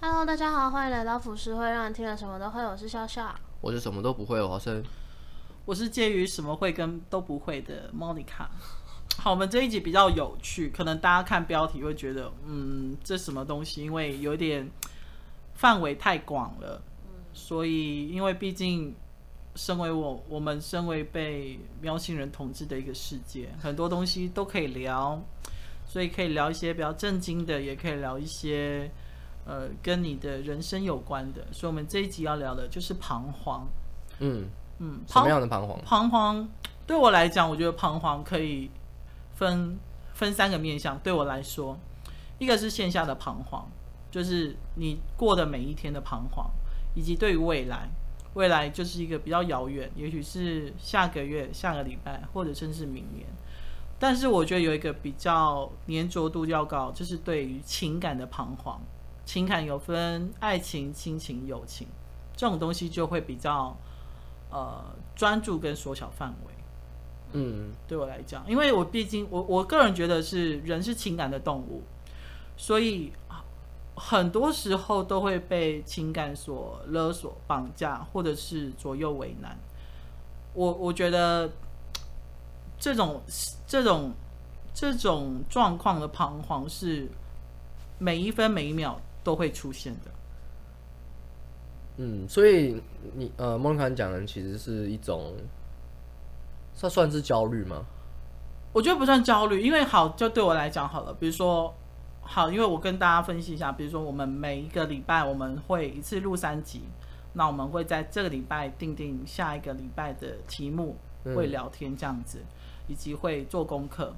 Hello，大家好，欢迎来到浮世会，让你听了什么都会。我是笑笑。我是什么都不会，我是我是介于什么会跟都不会的 Monica。好，我们这一集比较有趣，可能大家看标题会觉得，嗯，这什么东西？因为有点范围太广了，所以因为毕竟身为我，我们身为被喵星人统治的一个世界，很多东西都可以聊，所以可以聊一些比较震惊的，也可以聊一些呃跟你的人生有关的。所以，我们这一集要聊的就是彷徨。嗯，嗯，什么样的彷徨？彷徨对我来讲，我觉得彷徨可以分分三个面向。对我来说，一个是线下的彷徨，就是你过的每一天的彷徨，以及对于未来，未来就是一个比较遥远，也许是下个月、下个礼拜，或者甚至明年。但是我觉得有一个比较粘着度较高，就是对于情感的彷徨。情感有分爱情、亲情、友情，这种东西就会比较呃专注跟缩小范围。嗯，对我来讲，因为我毕竟我我个人觉得是人是情感的动物，所以啊很多时候都会被情感所勒索、绑架，或者是左右为难。我我觉得这种这种这种状况的彷徨是每一分每一秒都会出现的。嗯，所以你呃，孟坎讲的其实是一种，算算是焦虑吗？我觉得不算焦虑，因为好，就对我来讲好了。比如说，好，因为我跟大家分析一下，比如说我们每一个礼拜我们会一次录三集，那我们会在这个礼拜定定下一个礼拜的题目，嗯会聊天这样子，以及会做功课。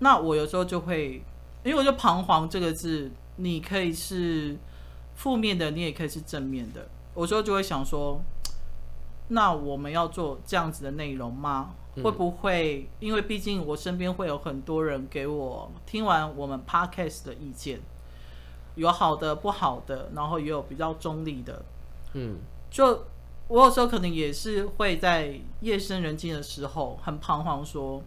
那我有时候就会，因为我觉得彷徨这个字，你可以是负面的，你也可以是正面的。有时候就会想说，那我们要做这样子的内容吗？嗯会不会？因为毕竟我身边会有很多人给我听完我们 podcast 的意见，有好的、不好的，然后也有比较中立的。嗯就我有时候可能也是会在夜深人静的时候很彷徨说。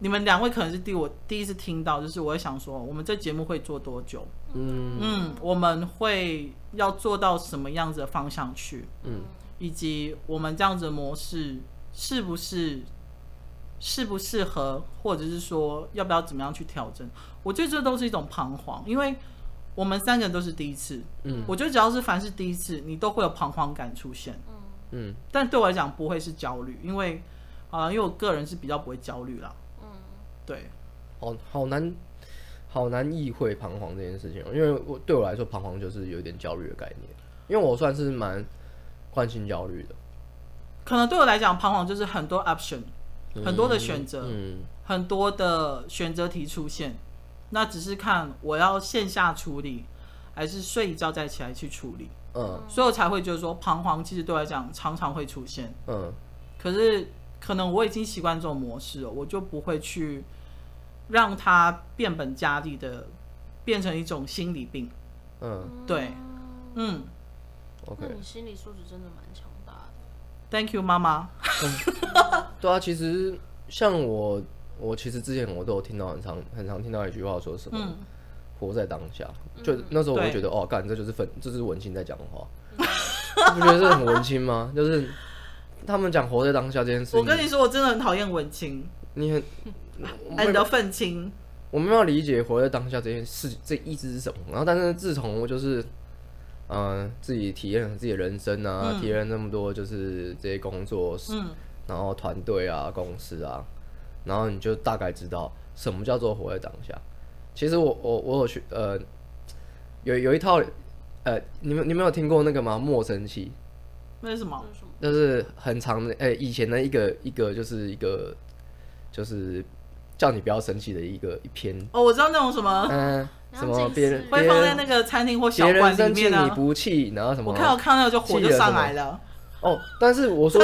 你们两位可能是第我第一次听到，就是我会想说，我们这节目会做多久？嗯嗯，我们会要做到什么样子的方向去？嗯以及我们这样子的模式是不是适不适合，或者是说要不要怎么样去调整？我觉得这都是一种彷徨，因为我们三个人都是第一次，嗯我觉得只要是凡是第一次，你都会有彷徨感出现。嗯嗯但对我来讲不会是焦虑，因为啊、因为我个人是比较不会焦虑啦。嗯，对，好好难，好难意会彷徨这件事情哦，因为我对我来说，彷徨就是有一点焦虑的概念，因为我算是蛮惯性焦虑的，可能对我来讲彷徨就是很多 option，嗯很多的选择嗯很多的选择题出现，那只是看我要线下处理，还是睡一觉再起来去处理，嗯所以我才会觉得说彷徨，其实对我来讲常常会出现，嗯可是可能我已经习惯这种模式了，我就不会去让它变本加厉的变成一种心理病。嗯对嗯，OK 那。你心理素质真的蛮强大的。 ，Thank you，妈妈。对啊，其实像我，我其实之前我都有听到很常很常听到一句话，说什么、嗯，活在当下。就那时候我会觉对嗯得，哦，干，这就是粉，这就是文青在讲的话， 你不觉得这很文青吗？就是他们讲活在当下这件事情，我跟你说，我真的很讨厌文青你很， ，and 愤青。我们要理解活在当下这件事，这意思是什么？然后，但是自从我就是，嗯、自己体验了自己的人生啊，体验了那么多就是这些工作嗯，然后团队啊、公司啊，然后你就大概知道什么叫做活在当下。其实我我我有去呃，有有一套呃，你们你们有听过那个吗？莫生气，那是什么？为什么？就是很长的，哎、以前的一个一个就是一个就是叫你不要生气的一个一篇，哦，我知道那种什么。嗯、然什后么近别似人人会别放在那人个餐厅或小别人馆生里气面你啊。不气，然后什么我看到看到就火就上来了，哦，但是我说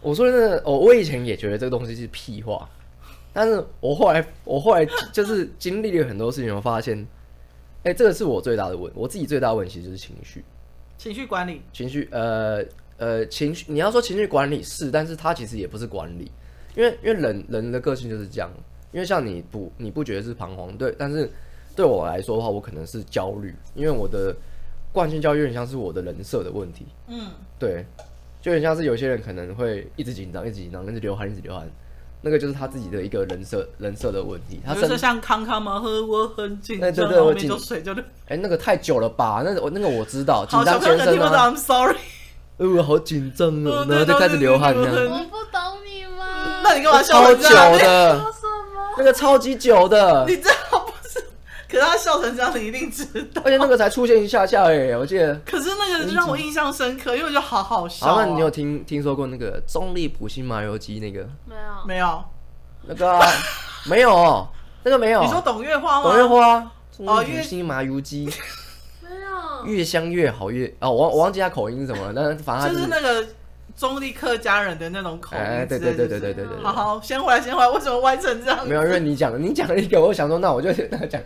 我说真的，哦，我以前也觉得这个东西是屁话，但是我后来我后来就是经历了很多事情，我发现，哎、这个是我最大的问，我自己最大的问题其实就是情绪，情绪管理。情绪，呃呃，情绪，你要说情绪管理是，但是它其实也不是管理，因为因为人人的个性就是这样，因为像你不你不觉得是彷徨，对，但是对我来说的话，我可能是焦虑，因为我的惯性焦虑有点像是我的人设的问题。嗯，对，就很像是有些人可能会一直紧张，一直紧张，一直流汗，一直流汗，那个就是他自己的一个人设人设的问题。他比如身说像康康嘛，喝我很紧哎张，对对然后我没紧就水就流。哎、那个太久了吧？那个我那个我知道，紧好，小张朋友先可能生听不懂啊， ，I'm sorry。呃，我好紧张哦然嗯，对后就开始流汗对这对对样，我不懂你吗？那你 干嘛笑超成这样久？的，说什么？那个超级久的你，你这样不是？可是他笑成这样，你一定知道。而且那个才出现一下下哎、我记得。可是那个就让我印象深刻，因为我觉得好好笑好，啊。那你有听听说过那个中立普信麻油鸡那个没有，没哦有？那个 啊、没有哦，那个没有。你说董月花吗？董月花，中哦立因普为信麻油鸡。没有。越香越好越啊、我忘我忘记他口音是什么了，但是反正就是他那个中立客家人的那种口音之类哎的。对对对对对就是对对对，好好，先回来，先回来，为什么歪成 这样？没有，因为你讲你讲了一个，我想说那我就那讲。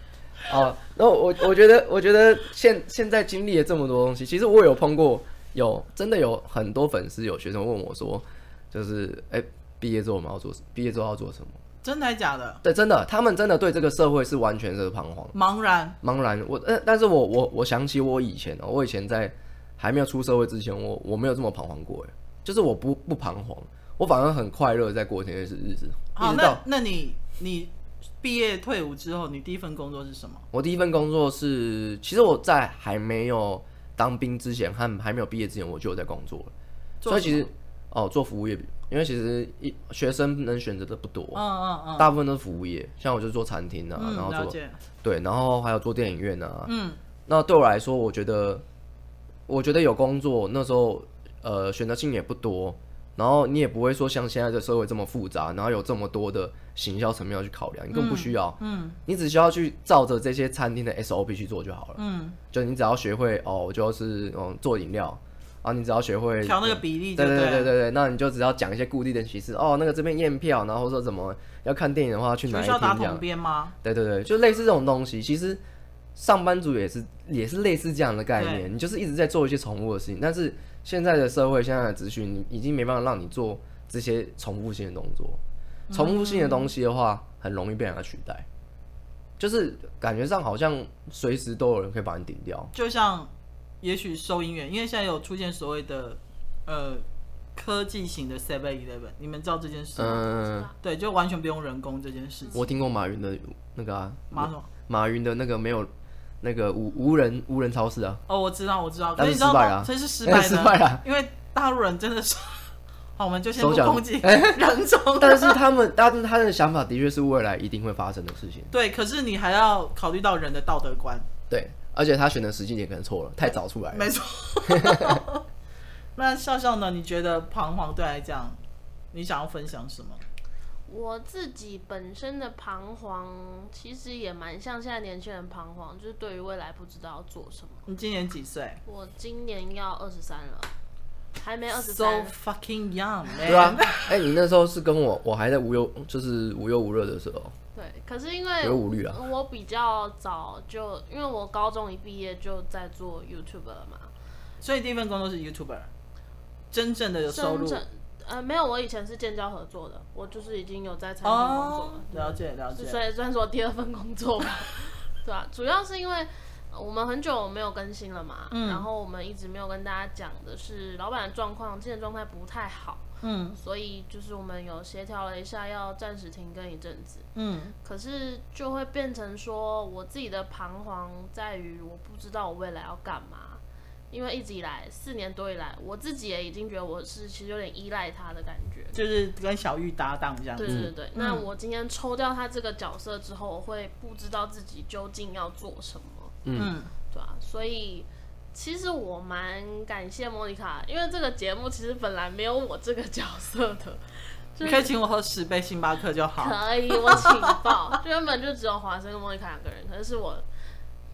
哦，那我我觉得我觉得现现在经历了这么多东西，其实我有碰过，有真的有很多粉丝有学生问我说，就是哎毕业之后我们要做什毕业之后要做什么？真的还假的？对，真的，他们真的对这个社会是完全是彷徨。茫然，茫然。我，呃，但是我我我想起我以前哦，我以前在还没有出社会之前，我我没有这么彷徨过，哎，就是我不不彷徨，我反而很快乐地在过这些日子，一好，直哦那到那你你毕业退伍之后，你第一份工作是什么？我第一份工作是，其实我在还没有当兵之前和还没有毕业之前，我就有在工作了，做所以其什实么哦，做服务业，因为其实一学生能选择的不多，嗯嗯嗯，大部分都是服务业，像我就做餐厅啊，嗯，然后了做解，对，然后还有做电影院啊，嗯，那对我来说，我觉得，我觉得有工作那时候，呃，选择性也不多，然后你也不会说像现在的社会这么复杂，然后有这么多的行销层面要去考量，你更不需要，嗯你只需要去照着这些餐厅的 SOP 去做就好了。嗯，就你只要学会哦，我就是嗯做饮料啊，你只要学会调那个比例就对对对啊对对了，对，那你就只要讲一些固定的提示哦，那个这边验票，然后说怎么要看电影的话去哪学一校厅打这样统。编吗？对对对，就类似这种东西，其实上班族也是也是类似这样的概念，你就是一直在做一些重复的事情，但是现在的社会现在的资讯，你已经没办法让你做这些重复性的动作，嗯重复性的东西的话，很容易被人家取代，就是感觉上好像随时都有人可以把你顶掉。就像也许收银员，因为现在有出现所谓的呃科技型的 Seven Eleven，你们知道这件事吗？嗯，对，就完全不用人工这件事情。我听过马云的那个啊，马什么？马云的那个没有那个无无人无人超市啊，哦，我知道，我知道，可但是是你知道失败吗啊这是失败的， 失败啊因为大陆人真的是， 好，我们就先不手脚哎攻击 人种。 但是他们，但是他的想法的确是未来一定会发生的事情。对，可是你还要考虑到人的道德观，对，而且他选的时间点可能错了，太早出来了。没错。 那笑笑呢？你觉得彷徨对来讲，你想要分享什么？我自己本身的彷徨，其实也蛮像现在年轻人彷徨，就是对于未来不知道要做什么。你今年几岁我今年要二十三了，还没二十？So 三。 fucking young，man 对啊，哎、你那时候是跟我，我还在无忧，就是无忧无虑的时候，对，可是因无为忧无虑啊。我比较早就，因为我高中一毕业就在做 YouTube 了嘛，所以第一份工作是 YouTuber，真正的有收入深。圳呃，没有，我以前是建交合作的，我就是已经有在餐厅工作哦了，，了解了是解。嗯所以算是我第二份工作吧，对啊，主要是因为呃我们很久没有更新了嘛，嗯然后我们一直没有跟大家讲的是老板的状况，精神状态不太好，嗯所以就是我们有协调了一下，要暂时停更一阵子。嗯可是就会变成说，我自己的彷徨在于我不知道我未来要干嘛，因为一直以来四年多以来，我自己也已经觉得我是其实有点依赖他的感觉。就是嗯跟小玉搭档这样对子。对对，那我今天抽掉他这个角色之后，我会不知道自己究竟要做什么，嗯，对啊，所以其实我蛮感谢莫妮卡，因为这个节目其实本来没有我这个角色的，你可以请我喝十杯星巴克就好。可以，我请报。 就原本就只有华生跟莫妮卡两个人，可是是我，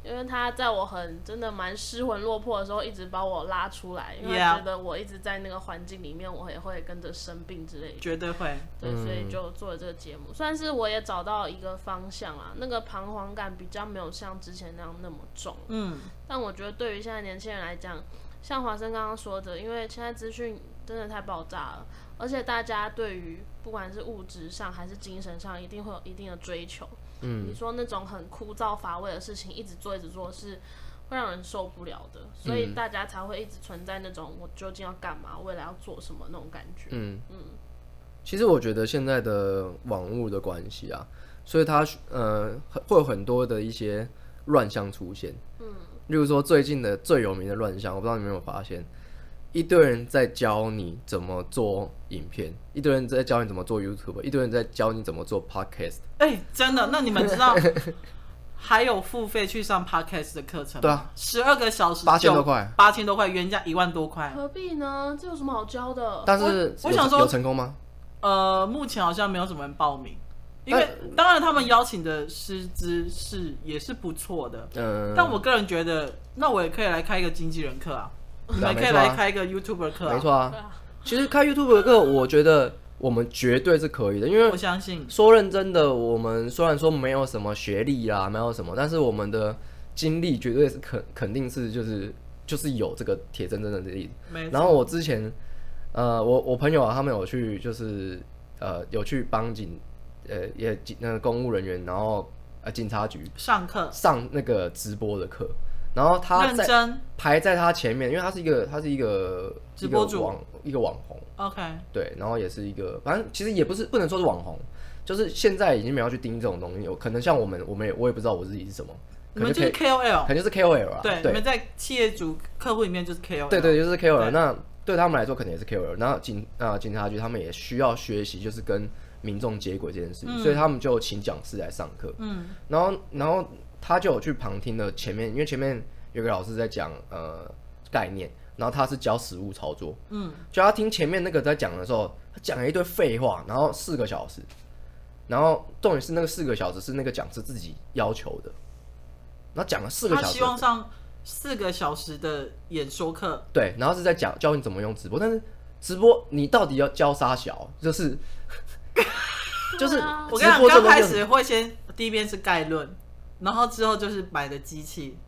因为他在我很真的蛮失魂落魄的时候，一直把我拉出来，因为 Yeah 觉得我一直在那个环境里面，我也会跟着生病之类的。绝对会，对，嗯所以就做了这个节目，算是我也找到一个方向啦。那个彷徨感比较没有像之前那样那么重，嗯，但我觉得对于现在年轻人来讲，像华生刚刚说的，因为现在资讯真的太爆炸了，而且大家对于不管是物质上还是精神上，一定会有一定的追求。你说那种很枯燥乏味的事情一直做一直做是会让人受不了的，所以大家才会一直存在那种我究竟要干嘛，未来要做什么那种感觉。嗯其实我觉得现在的网络的关系啊，所以它呃很会有很多的一些乱象出现。嗯，例如说最近的最有名的乱象，我不知道你们有没有发现，一堆人在教你怎么做影片，一堆人在教你怎么做 YouTube，一堆人在教你怎么做 Podcast。哎、真的，那你 们知道还有付费去上 podcast 的课程？对啊，十二个小时8000多块，八千多块，原价一万多块。何必呢？这有什么好教的？但是我我有想说有成功吗？呃，目前好像没有什么人报名，因哎为当然他们邀请的师资是也是不错的，嗯、但我个人觉得，那我也可以来开一个经纪人课啊，你对啊们可以没错啊来开一个 YouTuber 课没啊，错啊对。啊，其实开 YouTube 的课，我觉得我们绝对是可以的，因为我相信，说认真的，我们虽然说没有什么学历啦，没有什么，但是我们的经历绝对是肯肯定是就是就是有这个铁铮铮的力。没然后我之前，呃，我我朋友啊，他们有去就是呃有去帮警，呃也警那个公务人员，然后呃警察局上课上那个直播的课，然后他认在真排在他前面，因为他是一个他是一个直播主一个网一个网红。 ，OK，对，然后也是一个，反正其实也不是不能说是网红，就是现在已经没有去盯这种东西，有可能像我们，我们也我也不知道我自己是什么，你可能们就可是以，可 KOL，能就是 KOL 啊，对，你对们在企业主客户里面就是 KOL，对对，就是 KOL，对那对他们来说可能也是 KOL，然后警啊、警察局他们也需要学习，就是跟民众接轨这件事情，所以他们就请讲师来上课，嗯，然后然后他就有去旁听了前面，因为前面有个老师在讲呃概念，然后他是教实物操作，嗯，就他听前面那个在讲的时候，他讲了一堆废话，然后四个小时，然后重点是那个四个小时是那个讲师自己要求的，然后讲了四个他小时希，望上四个小时的演说课，对，然后是在讲教你怎么用直播，但是直播你到底要教啥小，就是 就是对啊我跟你直播这讲，刚东开西始会先第一遍是概论，然后之后就是买的机器，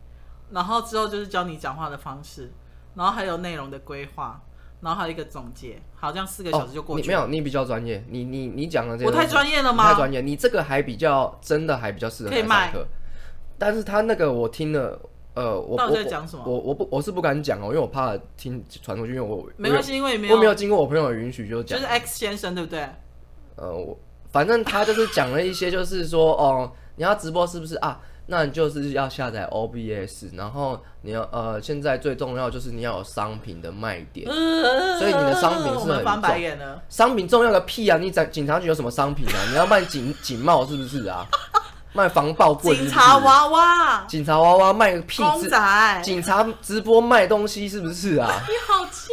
然后之后就是教你讲话的方式，然后还有内容的规划，然后还有一个总结，好像四个小时就过哦。你去没了。有，你比较专业，你你你讲的这些我太东西专业了你吗太专业，你这个还比较真的还比较适合可以来卖上课。但是他那个我听了，呃，我到底我在讲什么我我不我是不敢讲哦，因为我怕听传出去，因为我没关系，因为我没有，我没有有经过我朋友的允许就就讲是，X 先生对不对？呃，我反正他就是讲了一些，就是说，哦，你要直播是不是啊？那你就是要下载 OBS，然后你要呃，现在最重要就是你要有商品的卖点。所所以你的商品是很我们翻白眼了。商品重要个屁啊！你在警察局有什么商品啊？你要卖警警帽是不是啊？卖防暴棍是不警是？察娃娃、警察娃娃卖个屁！公直仔，警察直播卖东西是不是啊？你好气，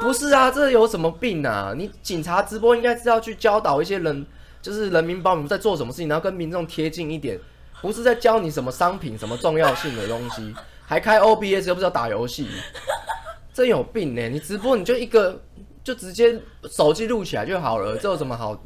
不是啊，这有什么病啊？你警察直播应该是要去教导一些人，就是人民保姆在做什么事情，然后跟民众贴近一点，不是在教你什么商品什么重要性的东西，还开 OBS 又不是要打游戏，真有病呢、欸你直播你就一个就直接手机录起来就好了，这有什么好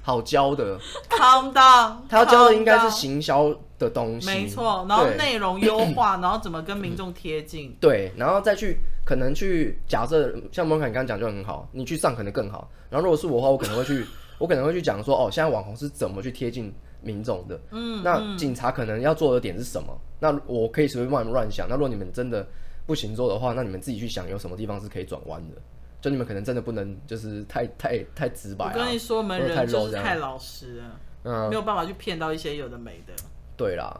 好教的？ calm down。他要教的应该 calm 是 down 行销的东西，没错，然后对内容优化，然后怎么跟民众贴近。对，然后再去可能去假设像摩凯刚刚讲就很好，你去上可能更好。然后如果是我的话，我可能会去， 我可能会去讲说，哦，现在网红是怎么去贴近民众的。嗯，那警察可能要做的点是什么？那我可以随便乱乱想。那如果你们真的不行做的话，那你们自己去想有什么地方是可以转弯的。就你们可能真的不能就是太太太直白、我啊。跟你说，我们或者太人就 low 是这样太老实了，嗯没，有办法去骗到一些有的没的。对啦，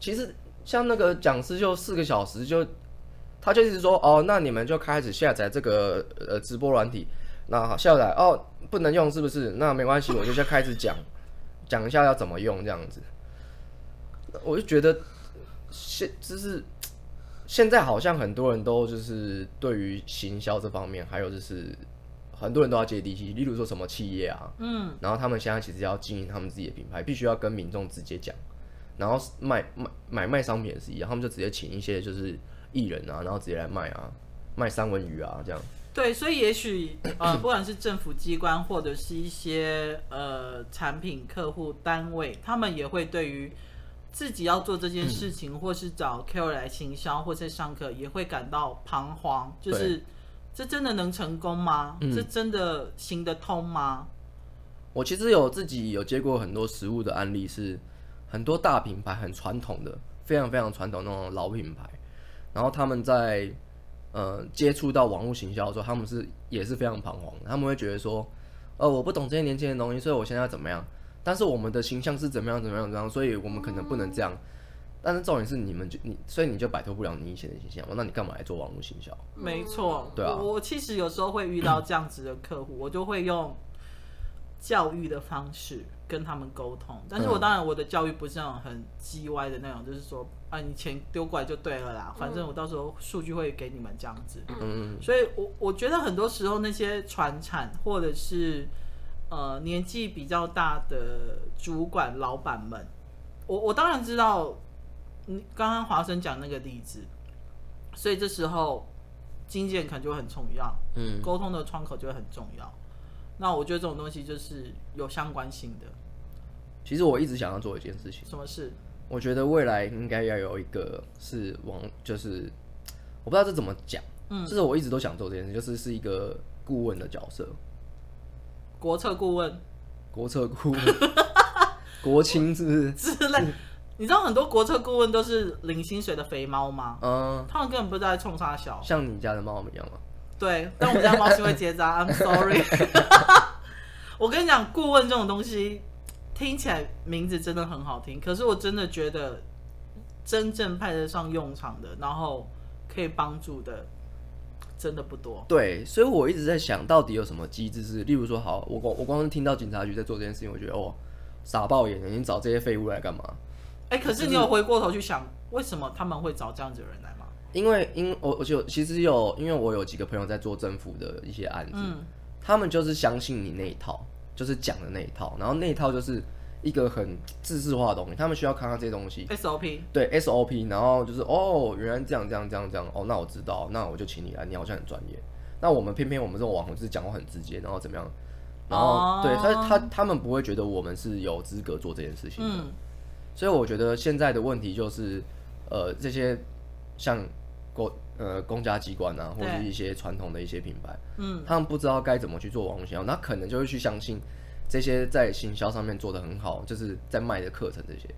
其实像那个讲师就四个小时就，他就一直说哦，那你们就开始下载这个呃直播软体，那下载哦不能用是不是？那没关系，我就先开始讲，讲一下要怎么用这样子。我就觉得现就是现在好像很多人都就是对于行销这方面，还有就是很多人都要接地气，例如说什么企业啊，嗯，然后他们现在其实要经营他们自己的品牌，必须要跟民众直接讲。然后卖卖买卖商品也是一样，他们就直接请一些就是艺人啊，然后直接来卖啊，卖三文鱼啊这样。对，所以也许嗯呃，不管是政府机关或者是一些呃产品客户单位，他们也会对于自己要做这件事情，嗯或是找 KOL 来行销，或是上课，也会感到彷徨，就是这真的能成功吗？嗯这真的行得通吗？我其实有自己有接过很多实物的案例是，很多大品牌很传统的，非常非常传统那种老品牌，然后他们在呃接触到网络行销的时候，他们是也是非常彷徨的，他们会觉得说，呃，我不懂这些年轻人的东西，所以我现在要怎么样？但是我们的形象是怎么样怎么样怎么样，所以我们可能不能这样。但是重点是你们就你，所以你就摆脱不了你以前的形象嘛，那你干嘛来做网络行销？没错，对啊我我其实有时候会遇到这样子的客户，我就会用教育的方式跟他们沟通。但是我嗯当然我的教育不是那种很叽歪的那种，就是说啊，你钱丢过来就对了啦，反正我到时候数据会给你们这样子。嗯，所以我我觉得很多时候那些传产或者是呃年纪比较大的主管老板们，我我当然知道，你刚刚华生讲那个例子，所以这时候经纪人可能就会很重要，嗯，沟通的窗口就会很重要。那我觉得这种东西就是有相关性的，其实我一直想要做一件事情。什么事？我觉得未来应该要有一个是网，就是我不知道这怎么讲，嗯，就是我一直都想做这件事，就是是一个顾问的角色，国策顾问国策顾问，国青是不是？ 之类，你知道很多国策顾问都是领薪水的肥猫吗？嗯，他们根本不知道在冲啥小。像你家的猫一样吗？对，但我们家猫是会结扎 ，I'm sorry。我跟你讲，顾问这种东西听起来名字真的很好听，可是我真的觉得真正派得上用场的，然后可以帮助的，真的不多。对，所以我一直在想到底有什么机制是，例如说，好，我光我光是听到警察局在做这件事情，我觉得哦，傻爆眼了，你找这些废物来干嘛？哎，可是你有回过头去想，为什么他们会找这样子的人来吗？因为因我我就其实有，因为我有几个朋友在做政府的一些案子，嗯他们就是相信你那一套，就是讲的那一套，然后那一套就是一个很自式化的东西，他们需要看到这些东西， ，SOP 对 SOP，然后就是哦，原来这样这样这样这样，哦，那我知道，那我就请你来，你好像很专业。那我们偏偏我们这种网红就是讲话很直接，然后怎么样，然后、哦对，所以他他们不会觉得我们是有资格做这件事情的。嗯所以我觉得现在的问题就是，呃，这些像国呃公家机关啊，或者是对一些传统的一些品牌，嗯，他们不知道该怎么去做网络行销，那可能就会去相信这些在行销上面做的很好，就是在卖的课程这些。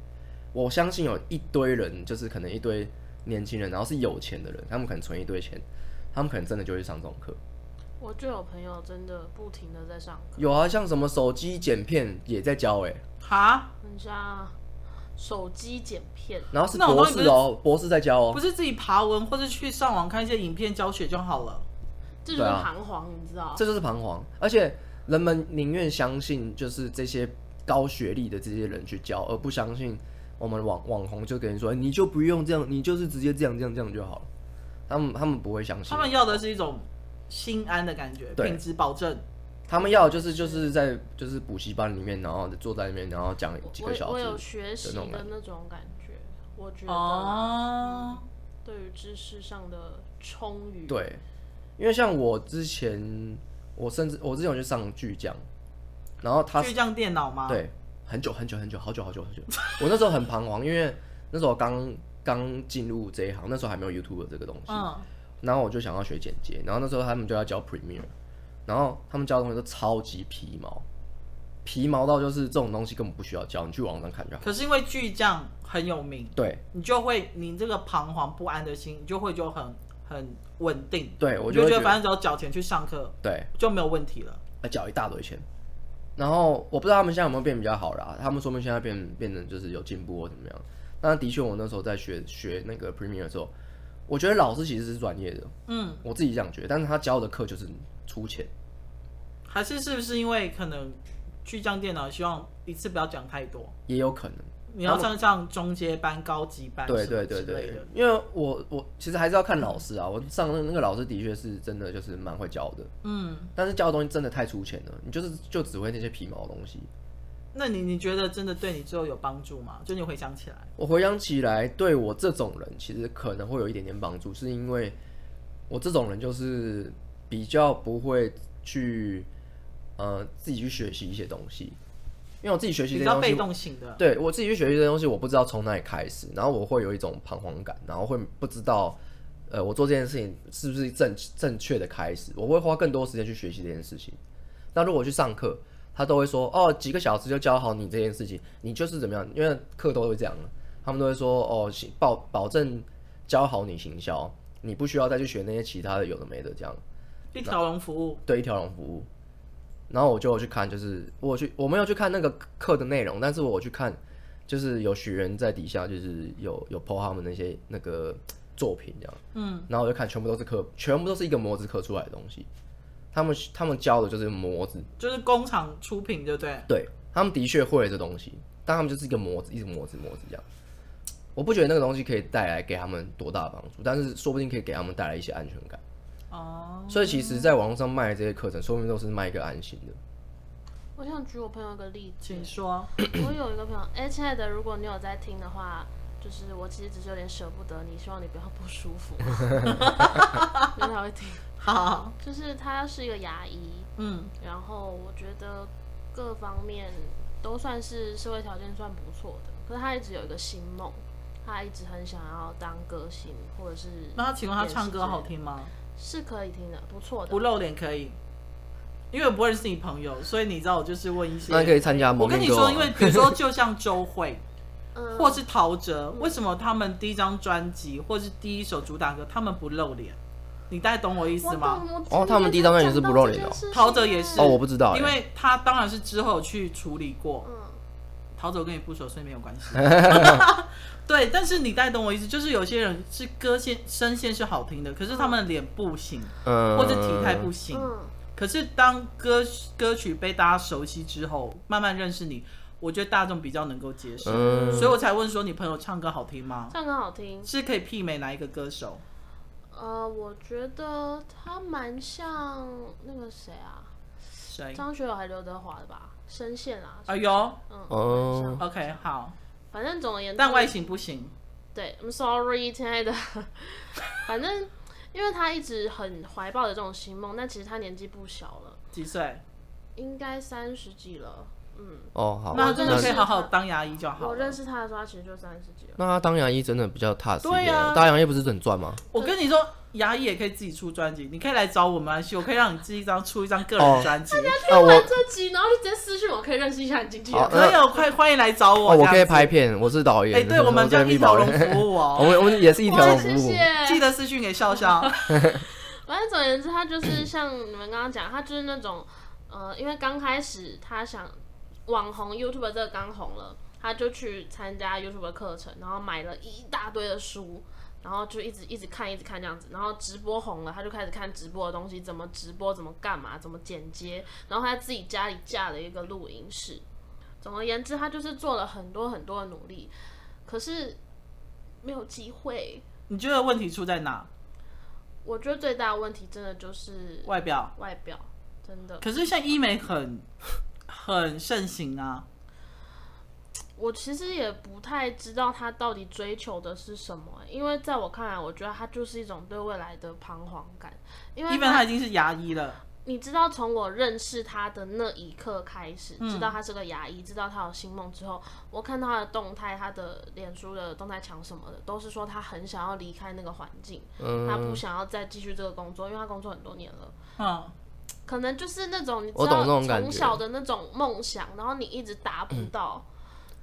我相信有一堆人，就是可能一堆年轻人，然后是有钱的人，他们可能存一堆钱，他们可能真的就会上这种课。我就有朋友真的不停的在上课，有啊，像什么手机剪片也在教哎、欸哈，很像手机剪片，然后是那我博帮你士哦、博士在教哦、不是自己爬文或者去上网看一些影片教学就好了。这就是对啊彷徨，你知道？这就是彷徨。而且人们宁愿相信就是这些高学历的这些人去教，而不相信我们网网红就跟你说，哎你就不用这样，你就是直接这样这样这样就好了。他们他们不会相信，他们要的是一种心安的感觉，对品质保证。他们要的就是就是在就是补习班里面，然后坐在那边，然后讲几我个小我时有学习那种的感那种感觉，我觉得啦哦，对于知识上的充裕，对，因为像我之前，我甚至我之前有去上巨匠，然后他巨匠电脑吗？，对，很久很久很久，好久好久好久。 我那时候很彷徨，因为那时候我刚刚进入这一行，那时候还没有 YouTube 这个东西。嗯，然后我就想要学剪接，然后那时候他们就要教 Premiere，然后他们教的东西都超级皮毛，皮毛到就是这种东西根本不需要教，你去网上看就好。可是因为巨匠很有名，对你就会你这个彷徨不安的心，你就会就很很稳定。对，我你就会就觉觉得得反正只要缴钱去上课对，就没有问题了。要缴一大堆钱。然后我不知道他们现在有没有变比较好啦，他们说明现在变变得就是有进步或怎么样。但的确，我那时候在学学那个 Premiere 的时候，我觉得老师其实是专业的，嗯，我自己这样觉得，但是他教的课就是粗浅，还是是不是因为可能巨匠电脑希望一次不要讲太多，也有可能。你要上上中阶班、高级班对什么对对之类对的。，因为我我其实还是要看老师啊，我上那那个老师的确是真的就是蛮会教的，嗯，但是教的东西真的太粗浅了，你就是就只会那些皮毛的东西。那你你觉得真的对你之后有帮助吗？就你回想起来，我回想起来，对我这种人其实可能会有一点点帮助，是因为我这种人就是比较不会去呃自己去学习一些东西，因为我自己学习比这些较东西被，动型的。对我自己去学习这些东西，我不知道从哪里开始，然后我会有一种彷徨感，然后会不知道，呃，我做这件事情是不是正正确的开始，我会花更多时间去学习这件事情。那如果我去上课，他都会说哦，几个小时就教好你这件事情，你就是怎么样，因为课都会这样啊了，他们都会说哦，行保保证教好你行销，你不需要再去学那些其他的有的没的这样。一条龙服务，对一条龙服务。然后我就有去看，就是我有去我没有去看那个课的内容，但是我有去看，就是有学员在底下就是有有 po 他们那些那个作品这样，嗯，然后我就看全部都是刻，全部都是一个模子刻出来的东西。他们他们教的就是模子，就是工厂出品，对不对？对他们的确会了这东西，但他们就是一个模子，一直模子模子这样。我不觉得那个东西可以带来给他们多大的帮助，但是说不定可以给他们带来一些安全感。哦，所以其实，在网络上卖的这些课程，说明都是卖一个安心的。我想举我朋友一个例子请，说。我有一个朋友，哎、亲爱的，如果你有在听的话，就是我其实只是有点舍不得你，希望你不要不舒服， 因为他会听。 好，就是他是一个牙医，嗯，然后我觉得各方面都算是社会条件算不错的，可是他一直有一个新梦，他一直很想要当歌星或者是那他请问他演戏唱之歌类好的，听吗？是可以听的，不错的，不露脸可以，因为我不认识你朋友，所以你知道我就是问一些。那你可以参加我蒙跟面你歌王啊 说，因为比如说，就像周慧嗯或是陶喆，为什么他们第一张专辑或是第一首主打歌，他们不露脸？你大概懂我意思吗？哦他们第一张专辑是不露脸的哦陶喆也是啊哦，我不知道欸，因为他当然是之后去处理过，嗯，逃走跟你不熟，所以没有关系。对，但是你大概懂我意思，就是有些人是歌线声线是好听的，可是他们脸不行，嗯，或者体态不行。嗯，可是当歌歌曲被大家熟悉之后，慢慢认识你，我觉得大众比较能够接受，嗯所以我才问说你朋友唱歌好听吗？唱歌好听，是可以媲美哪一个歌手？呃，我觉得他蛮像那个谁啊，谁？张学友还刘德华的吧，声线啊，哎呦嗯，哦蛮像，OK，好，反正总而言之，但外形不行。对，I'm sorry，亲爱的。 反正，因为他一直很怀抱着这种新梦，但其实他年纪不小了，几岁？应该三十几了。嗯，哦好，那我真真的的可以是好好当牙医就好我认了。识他的时候，他其实就三十几了。那他当牙医真的比较踏实一对点啊啊，当牙医不是很赚吗？我跟你说，牙医也可以自己出专辑，你可以来找我们安我可以让你自己一张出一张个人哦专辑。啊我这集，然后就直接私讯我，可以认识一下你经纪好人。可以哦，快欢迎来找我。呃哦，我可这以样子拍。片， 我是导演，哎，对，我们在叫密一保条人龙，服务我 哦，们我们也是一条哇龙 谢服务谢，。记得私讯给笑笑。反啊正总而言之，他就是像你们刚刚讲，他就是那种，呃，因为刚开始他想网红 YouTube 这个刚红了，他就去参加 YouTube 课程，然后买了一大堆的书，然后就一直一直看，一直看这样子。然后直播红了，他就开始看直播的东西，怎么直播，怎么干嘛，怎么剪接。然后他自己家里架了一个录音室。总而言之，他就是做了很多很多的努力，可是没有机会。你觉得问题出在哪？我觉得最大的问题真的就是外表。外表，真的。可是像医美很很盛行啊，我其实也不太知道他到底追求的是什么、因为在我看来，我觉得他就是一种对未来的彷徨感。因为一般他已经是牙医了，你知道，从我认识他的那一刻开始，嗯知道他是个牙医，知道他有星梦之后，我看到他的动态，他的脸书的动态墙什么的，都是说他很想要离开那个环境，嗯他不想要再继续这个工作，因为他工作很多年了。嗯，可能就是那种你知我懂道这种感从觉小的那种梦想，然后你一直达不到，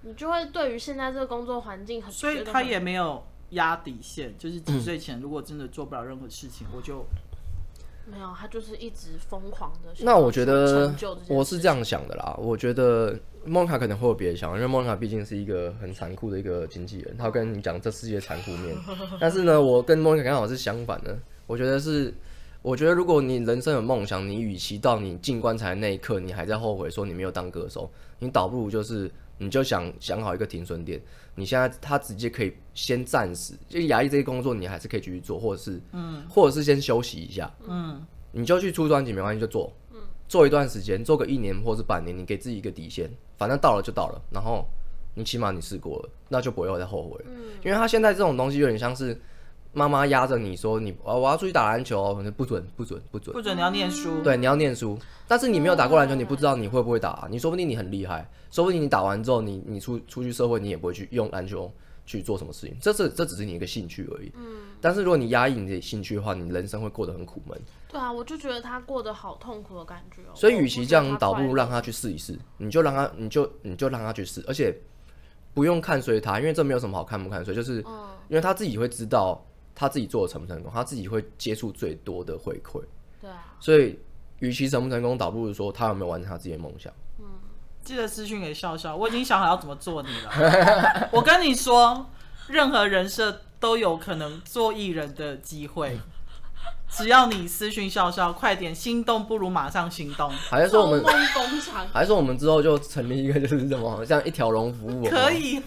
你就会对于现在这个工作环境很，所以觉得他很也没有压底线，就是嗯几岁前如果真的做不了任何事情，我就没有，他就是一直疯狂的。那我觉得成就这件事我是这样想的啦，我觉得莫卡可能会有别的想法，因为莫卡毕竟是一个很残酷的一个经纪人，他会跟你讲这世界残酷 面。但是呢，我跟莫卡刚好是相反的，我觉得是，我觉得如果你人生有梦想，你与其到你进棺材那一刻，你还在后悔说你没有当歌手，你倒不如就是你就想想好一个停损点，你现在他直接可以先暂时，就牙医这些工作你还是可以继续做，或者是嗯，或者是先休息一下，嗯，你就去出专辑没关系，就做，做一段时间，做个一年或是半年，你给自己一个底线，反正到了就到了，然后你起码你试过了，那就不会再后悔了。因为他现在这种东西有点像是妈妈压着你说你啊我要出去打篮球哦，不准不准不准，不准你要念书，嗯对，你要念书，但是你没有打过篮球，你不知道你会不会打、你说不定你很厉害，说不定你打完之后你你出出去社会你也不会去用篮球去做什么事情，这是这只是你一个兴趣而已。嗯，但是如果你压抑你自己兴趣的话，你人生会过得很苦闷。对啊，我就觉得他过得好痛苦的感觉哦。所以，我与其不这觉得样，他倒不快如乐让他去试一试。你就让他，你就你就让他去试，而且不用看衰他，因为这没有什么好看不看衰，就是嗯因为他自己会知道他自己做的成不成功，他自己会接触最多的回馈。对啊，所以，与其成不成功，倒不如说他有没有完成他自己的梦想。记得私讯给笑笑，我已经想好要怎么做你了。 我跟你说，任何人设都有可能做艺人的机会，只要你私讯笑笑，快点，心动不如马上行动，还是说我们造，梦工 厂还是说我们之后就成立一个就是什么，像一条龙服务？可。以。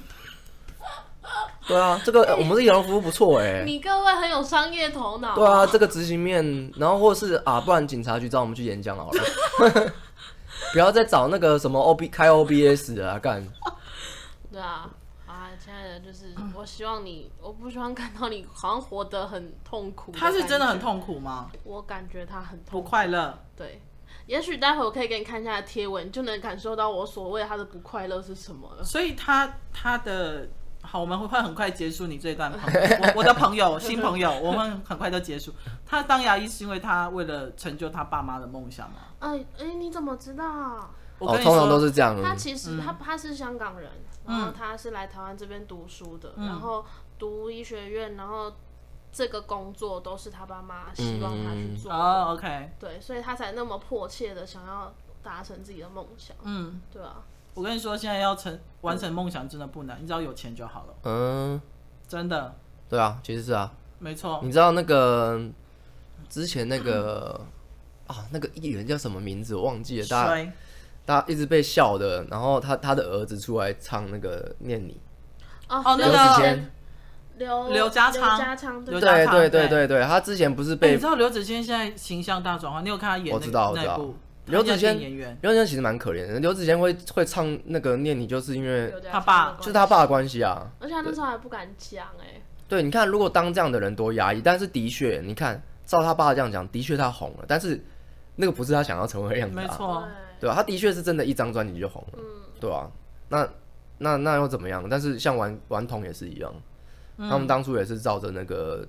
对啊，这个、呃我们这一条龙服务不错哎、你各位很有商业头脑。对啊，这个执行面，然后或是啊，不然警察局找我们去演讲好了， 不要再找那个什么 O B 开 O B S 啊，干对啊，啊，亲爱的， 就是我希望你，我不希望看到你好像活得很痛苦。他是真的很，痛苦吗？我感觉他很不痛苦。快乐。对，也许待会我可以给你看一下贴文，你就能感受到我所谓他的不快乐是什么了。所以他他的好，我们会很快结束你这段朋友，我我的朋友新朋友，我们很快就结束。他当牙医是因为他为了成就他爸妈的梦想嘛？哎哎，你怎么知道？我哦，跟你通常都说，是这样。他其嗯实他他是香港人，然后他是来台湾这边读书的，嗯然后读医学院，然后这个工作都是他爸妈希望他去做的。哦，OK，对，所以他才那么迫切的想要达成自己的梦想，嗯，对啊，我跟你说，现在要成完成梦想真的不难，你只要有钱就好了，嗯，真的，对啊，其实是啊，没错。你知道那个之前那个啊，那个艺人叫什么名字我忘记了，大家衰，大家一直被笑的，然后他他的儿子出来唱那个念你，哦哦那刘个子谦，刘刘家昌刘家昌对刘对家对昌对对对对对，他之前不是哎你被知道刘子谦现在形象大转换，你有看他演我那知道个我知那道部？刘子谦他叫演员，刘子谦其实蛮可怜的，刘子谦会会唱那个念你，就是因为刘家他昌爸的关就是他爸的关系啊。系，而且他那时候还不敢讲哎，对，你看，如果当这样的人多压抑，但是的确，你看，照他爸这样讲，的确他红了，但是那个不是他想要成为的样子没啊，错，对对啊，他的确是真的一张专辑就红了，对啊，那那那又怎么样？但是像顽顽童也是一样，嗯他们当初也是照着那个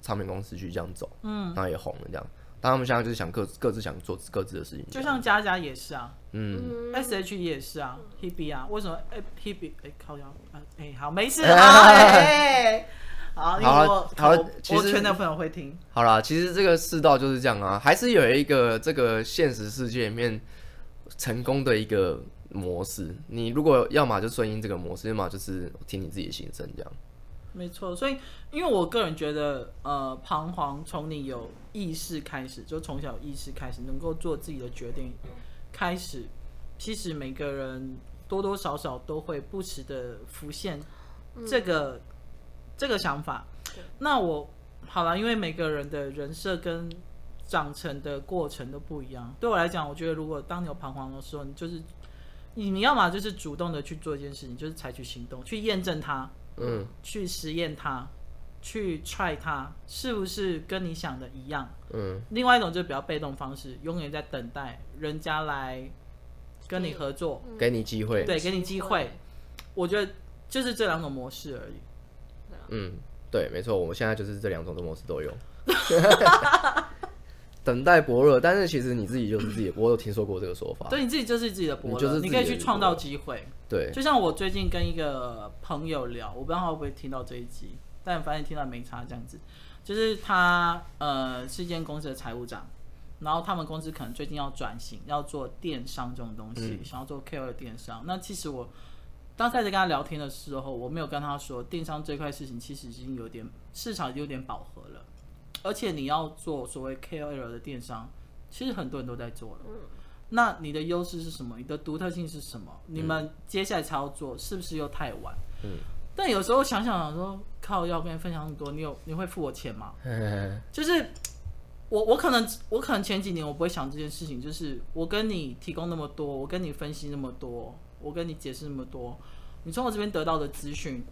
唱片公司去这样走，嗯，然后也红了这样，但他们现在就是想各自各自想做各自的事情，就像佳佳也是啊。嗯，嗯， S H E 也是啊，Hebe 啊，为什么哎 Hebe 哎靠腰啊哎好没事好哎好，因为好了我好了我其我实圈的朋友会听，好啦，其实这个世道就是这样啊，还是有一个这个现实世界里面成功的一个模式。你如果要么就顺应这个模式，要么就是听你自己的心声这样。没错，所以因为我个人觉得呃彷徨从你有意识开始，就从小有意识开始能够做自己的决定开始，其实每个人多多少少都会不时的浮现嗯这个、这个想法。那我好了，因为每个人的人设跟长成的过程都不一样。对我来讲，我觉得如果当你有彷徨的时候，你就是你你要么就是主动的去做一件事情，就是采取行动去验证它，嗯，去实验它，去 try 它是不是跟你想的一样。嗯，另外一种就是比较被动方式，永远在等待人家来跟你合作，给你机会。对，给你机会。我觉得就是这两种模式而已。嗯，对，没错，我们现在就是这两种的模式都有。等待薄弱，但是其实你自己就是自己，我有听说过这个说法。对，你自己就是自己的伯乐，你就是自己可以的去伯创乐造机会。 对，就像我最近跟一个朋友聊，我不知道他会不会听到这一集，但反正听到没差这样子。就是他呃是一间公司的财务长，然后他们公司可能最近要转型，要做电商这种东西，想要做 KOL 电商。那其实我当开始跟他聊天的时候，我没有跟他说电商这块事情其实已经有点市场已经有点饱和了，而且你要做所谓 KOL 的电商，其实很多人都在做了。那你的优势是什么？你的独特性是什么？你们接下来才要做，是不是又太晚？嗯。但有时候想想想说，靠，要跟你分享很多，你有你会付我钱吗？就是我我可能我可能前几年我不会想这件事情，就是我跟你提供那么多，我跟你分析那么多，我跟你解释那么多，你从我这边得到的资讯，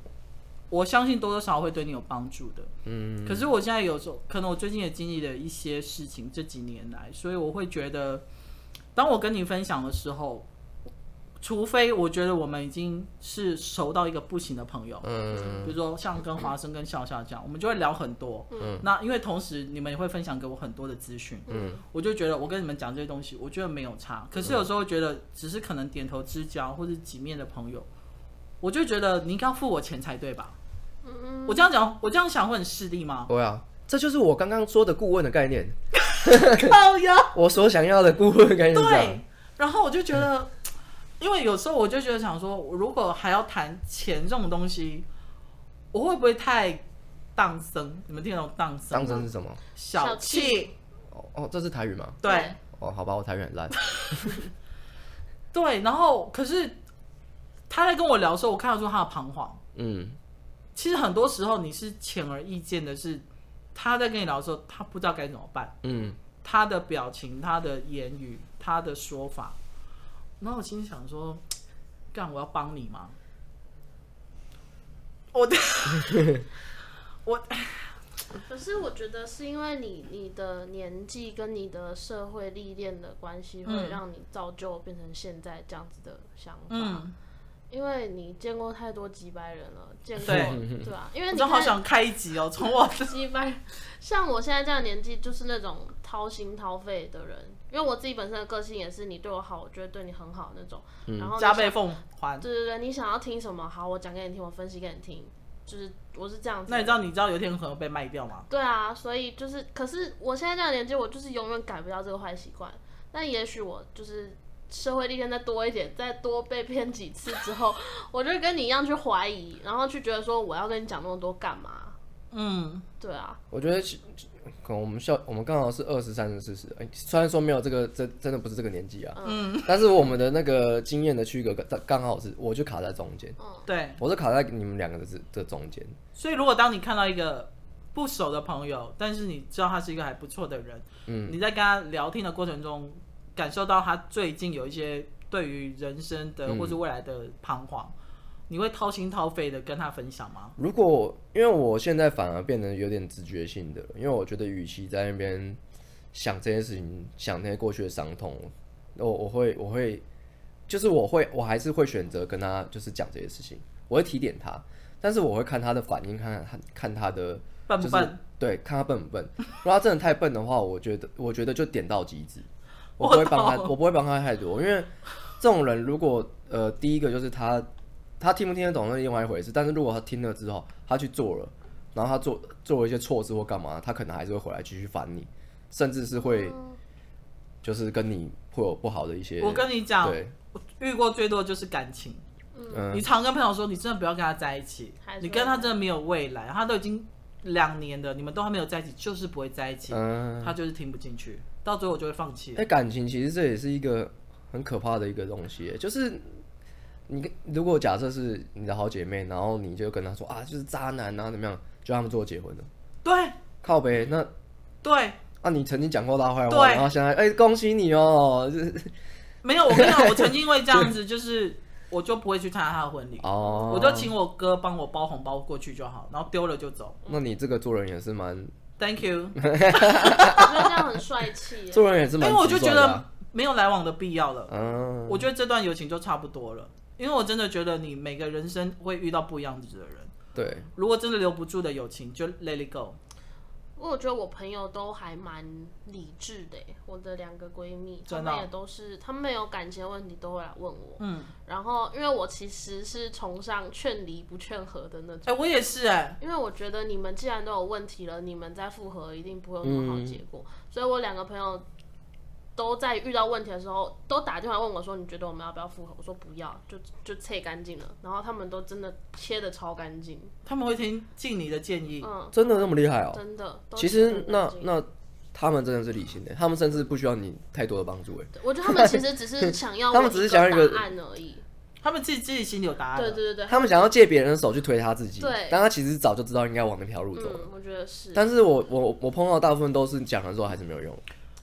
我相信多多少少会对你有帮助的。嗯，可是我现在有时候可能我最近也经历了一些事情，这几年来，所以我会觉得，当我跟你分享的时候，除非我觉得我们已经是熟到一个不行的朋友，嗯比如说像跟华生、跟笑笑这样，我们就会聊很多。嗯，那因为同时你们也会分享给我很多的资讯，嗯，我就觉得我跟你们讲这些东西，我觉得没有差。可是有时候觉得只是可能点头之交或者几面的朋友，我就觉得你应该要付我钱才对吧？嗯，我这样讲，我这样想会很势利吗？对啊，这就是我刚刚说的顾问的概念， 靠呀！我所想要的顾问的概念 是这对样，，然后我就觉得，因为有时候我就觉得想说，我如果还要谈钱这种东西，我会不会太荡生？你们听得懂荡生当吗？真是什么？小小气气，哦哦，这是台语吗？对哦，好吧，我台语很烂。对。然后可是他在跟我聊的时候，我看得出他的彷徨。 嗯，其实很多时候你是显而易见的是，他在跟你聊的时候，他不知道该怎么办，嗯，他的表情、他的言语、他的说法。然后我心里想说，干我要帮你吗？我的我可是我觉得是因为你你的年纪跟你的社会历练的关系，嗯会让你造就变成现在这样子的想法。嗯，因为你见过太多几百人了，见过对对 吧、因为我你真好看想开一集哦，从我的 几百，像我现在这样的年纪，就是那种掏心掏肺的人。因为我自己本身的个性也是，你对我好，我就会对你很好那种。然后你加想倍奉还。对对对，你想要听什么？好，我讲给你听，我分析给你听，就是我是这样子。那你知道你知道有一天可能被卖掉吗？对啊，所以就是，可是我现在这样的年纪，我就是永远改不掉这个坏习惯。但也许我就是社会历练再多一点，再多被 骗几次之后，我就跟你一样去怀疑，然后去觉得说我要跟你讲那么多干嘛？嗯，对啊，我觉得其可能我们校我们刚好是二十三十四十，哎，虽然说没有这个真真的不是这个年纪啊， 嗯，但是我们的那个经验的区隔刚刚好是，我就卡在中间，对。我是卡在你们两个的这这中间，所以如果当你看到一个不熟的朋友，但是你知道他是一个还不错的人，嗯，你在跟他聊天的过程中，感受到他最近有一些对于人生的嗯或是未来的彷徨，你会掏心掏肺的跟他分享吗？如果因为我现在反而变得有点直觉性的了，因为我觉得与其在那边想这些事情，想那些过去的伤痛，我我会我会就是我会我还是会选择跟他就是讲这些事情，我会提点他，但是我会看他的反应，看看看他的笨不就笨？是对，看他笨不笨。如果他真的太笨的话，我觉得我觉得就点到即 止，我不会帮他，我不会帮他太多，因为这种人如果呃第一个就是他他听不听得懂那是另外一回事，但是如果他听了之后他去做了，然后他做做了一些措施或干嘛，他可能还是会回来继续烦你，甚至是会嗯就是跟你会有不好的一些。我跟你讲，对，我遇过最多就是感情。嗯你常跟朋友说，你真的不要跟他在一起还，是你跟他真的没有未来，他都已经两年了，你们都还没有在一起，就是不会在一起，嗯，他就是听不进去，到最后我就会放弃。哎、感情其实这也是一个很可怕的一个东西耶，就是你跟如果假设是你的好姐妹，然后你就跟她说啊，就是渣男啊怎么样，就他们做结婚了，对靠呗，那对，啊你曾经讲过他坏对话，然后现在哎、恭喜你哦，就是没有，我跟你讲，我曾经因为这样子，就是我就不会去参加他的婚礼，哦，我就请我哥帮我包红包过去就好，然后丢了就走。那你这个做人也是蛮 Thank you，我觉得这样很帅气耶。做人也是因蛮、为啊，我就觉得没有来往的必要了，嗯，我觉得这段友情就差不多了，因为我真的觉得你每个人生会遇到不一样的人，对，如果真的留不住的友情，就 let it go。我觉得我朋友都还蛮理智的耶，欸我的两个闺蜜，她真啊的哦们也都是，她们有感情的问题都会来问我。嗯，然后，因为我其实是崇尚劝离不劝和的那种。哎、我也是哎、因为我觉得你们既然都有问题了，你们再复合一定不会有什么好结嗯果。所以我两个朋友都在遇到问题的时候，都打电话问我说：“你觉得我们要不要复合？”我说：“不要，就就切干净了。”然后他们都真的切的超干净，他们会听进你的建议，嗯，真的那么厉害哦。真的。都其切实得干那净那他们真的是理性的，他们甚至不需要你太多的帮助哎。我觉得他们其实只是想要他们只是想要一个问答案而已。他们自己自己心里有答案了。对对对对，他们想要借别人的手去推他自己，对但他其实早就知道应该往那条路走了。嗯，我觉得是。但是我我我碰到的大部分都是讲了之后还是没有用，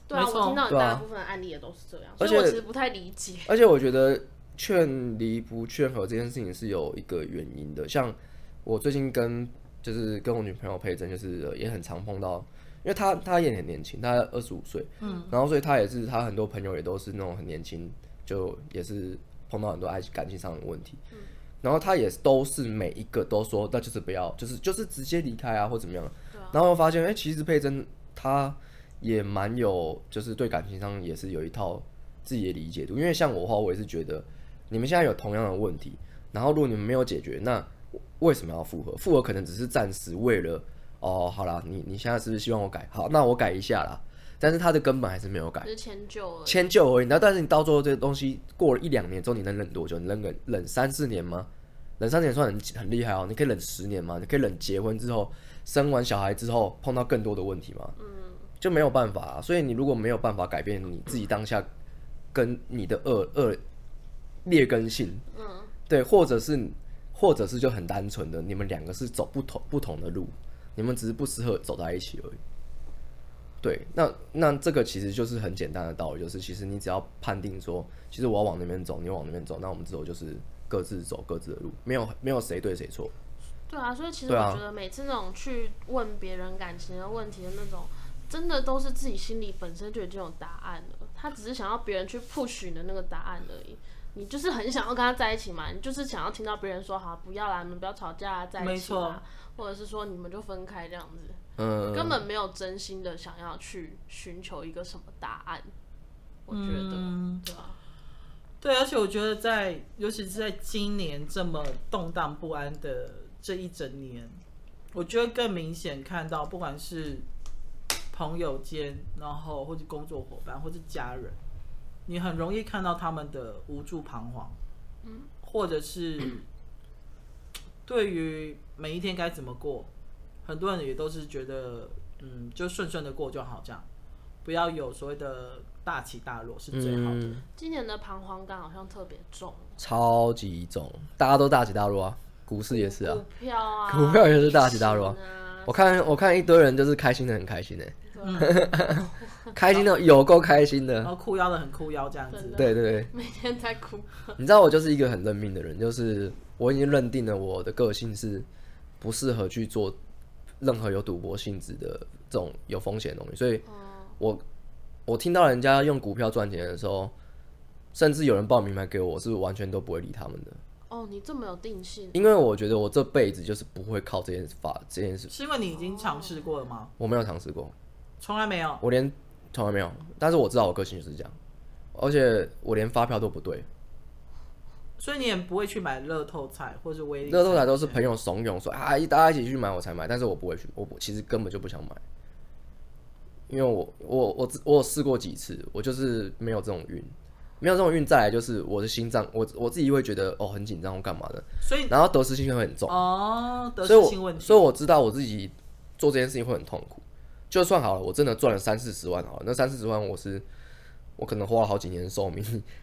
对啊，没错我听到你对啊大部分的案例也都是这样，而所以我且其实不太理解。而且我觉得劝离不劝和这件事情是有一个原因的，像我最近跟就是跟我女朋友佩珍，就是呃也很常碰到，因为她她也很年轻，她二十五岁，嗯，然后所以她也是她很多朋友也都是那种很年轻，就也是碰到很多爱感情上的问题，嗯然后他也都是每一个都说那就是不要，就是就是直接离开啊或怎么样，对啊，然后发现哎、其实佩珍她也蛮有，就是对感情上也是有一套自己的理解度，因为像我的话，我也是觉得你们现在有同样的问题，然后如果你们没有解决，那为什么要复合？复合可能只是暂时为了哦，好啦，你你现在是不是希望我改？好，那我改一下啦，但是他的根本还是没有改只。是迁就了，迁就而已。那但是你到最后这个东西过了一两年之后，你能忍多久？你能忍忍三四年吗？忍三四年算很很厉害哦。你可以忍十年吗？你可以忍结婚之后，生完小孩之后碰到更多的问题吗？嗯，就没有办法啊。所以你如果没有办法改变你自己当下跟你的恶恶劣根性，嗯，对，或者是或者是就很单纯的，你们两个是走不同不同的路，你们只是不适合走在一起而已。对，那那这个其实就是很简单的道理，就是其实你只要判定说，其实我要往那边走，你往那边走，那我们之后就是各自走各自的路，没有没有谁对谁错。对啊，所以其实对我啊觉得每次那种去问别人感情的问题的那种，真的都是自己心里本身就已经有答案了，他只是想要别人去 push 你的那个答案而已。你就是很想要跟他在一起嘛，你就是想要听到别人说好不要啦，你们不要吵架啊，在一没起错啦，或者是说你们就分开这样子，嗯，根本没有真心的想要去寻求一个什么答案，我觉得，嗯对啊吧、对，而且我觉得在，尤其是在今年这么动荡不安的这一整年，我觉得更明显看到，不管是朋友间，然后或者工作伙伴，或者家人，你很容易看到他们的无助彷徨，嗯，或者是对于每一天该怎么过，很多人也都是觉得，嗯，就顺顺的过就好，这样，不要有所谓的大起大落是最好的。嗯今年的彷徨感好像特别重，超级重，大家都大起大落啊，股市也是啊股，票啊，股票也是大起大落疫情啊我看我看一堆人就是开心的很开心哎、对啊 嗯开心的有够开心然的，后裤腰的很裤腰这样子真。的对对对。每天在哭，你知道我就是一个很认命的人，就是我已经认定了我的个性是不适合去做任何有赌博性质的这种有风险的东西，所以哦我我听到人家用股票赚钱的时候，甚至有人报名牌给我，我是完全都不会理他们的，哦，你这么有定性，因为我觉得我这辈子就是不会靠这件法这件事，是因为你已经尝试过了吗？我没有尝试过，从来没有。我连从来没有，但是我知道我个性就是这样，而且我连发票都不对，所以你也不会去买乐透彩或者威力热豆奶都是朋友怂恿说啊，一大家一起去买我才买，但是我不会去，我不其实根本就不想买，因为我我我只我有试过几次，我就是没有这种运，没有这种运，再来就是我的心脏，我我自己会觉得哦很紧张，我干嘛的，所以然后得失心会很重，哦，得所以失心问我题。所以我知道我自己做这件事情会很痛苦，就算好了，我真的赚了三四十万好了，那三四十万我是我可能花了好几年寿命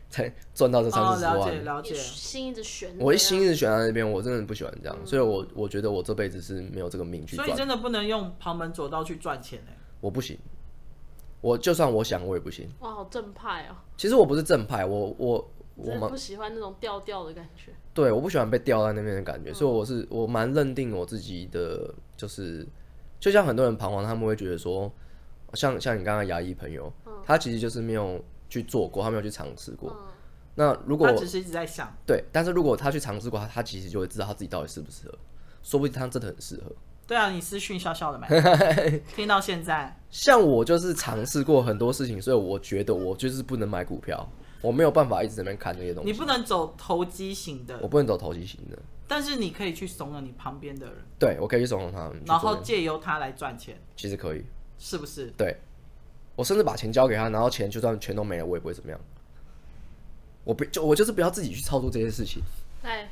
才赚到这三哦，四十万，了解了你解。心一直悬着，啊我一心一直悬在那边，我真的不喜欢这样，所以我我觉得我这辈子是没有这个命去嗯所以赚，真的不能用旁门左道去赚钱哎、我不行，我就算我想我也不行。哇，好正派哦，其实我不是正派，我我我真的蛮不喜欢那种调调的感觉，对，我不喜欢被吊在那边的感觉，嗯所以我是我蛮认定我自己的，就是就像很多人彷徨，他们会觉得说，像像你刚刚牙医朋友，嗯他其实就是没有去做过，他没有去尝试过。那如果他只是一直在想，对，但是如果他去尝试过，他他其实就会知道他自己到底适不适合，说不定他真的很适合。对啊，你私讯笑笑的买，听到现在，像我就是尝试过很多事情，所以我觉得我就是不能买股票，我没有办法一直在那边看这些东你西，不能走投机型的我，不能走投机型的。但是你可以去怂恿你旁边的人，对，我可以去怂恿他们去然做后这件事，借由他来赚钱，其实可以，是不是？对我甚至把钱交给他，然后钱就算全都没了，我也不会怎么样。我不就我就是不要自己去操作这些事情，来，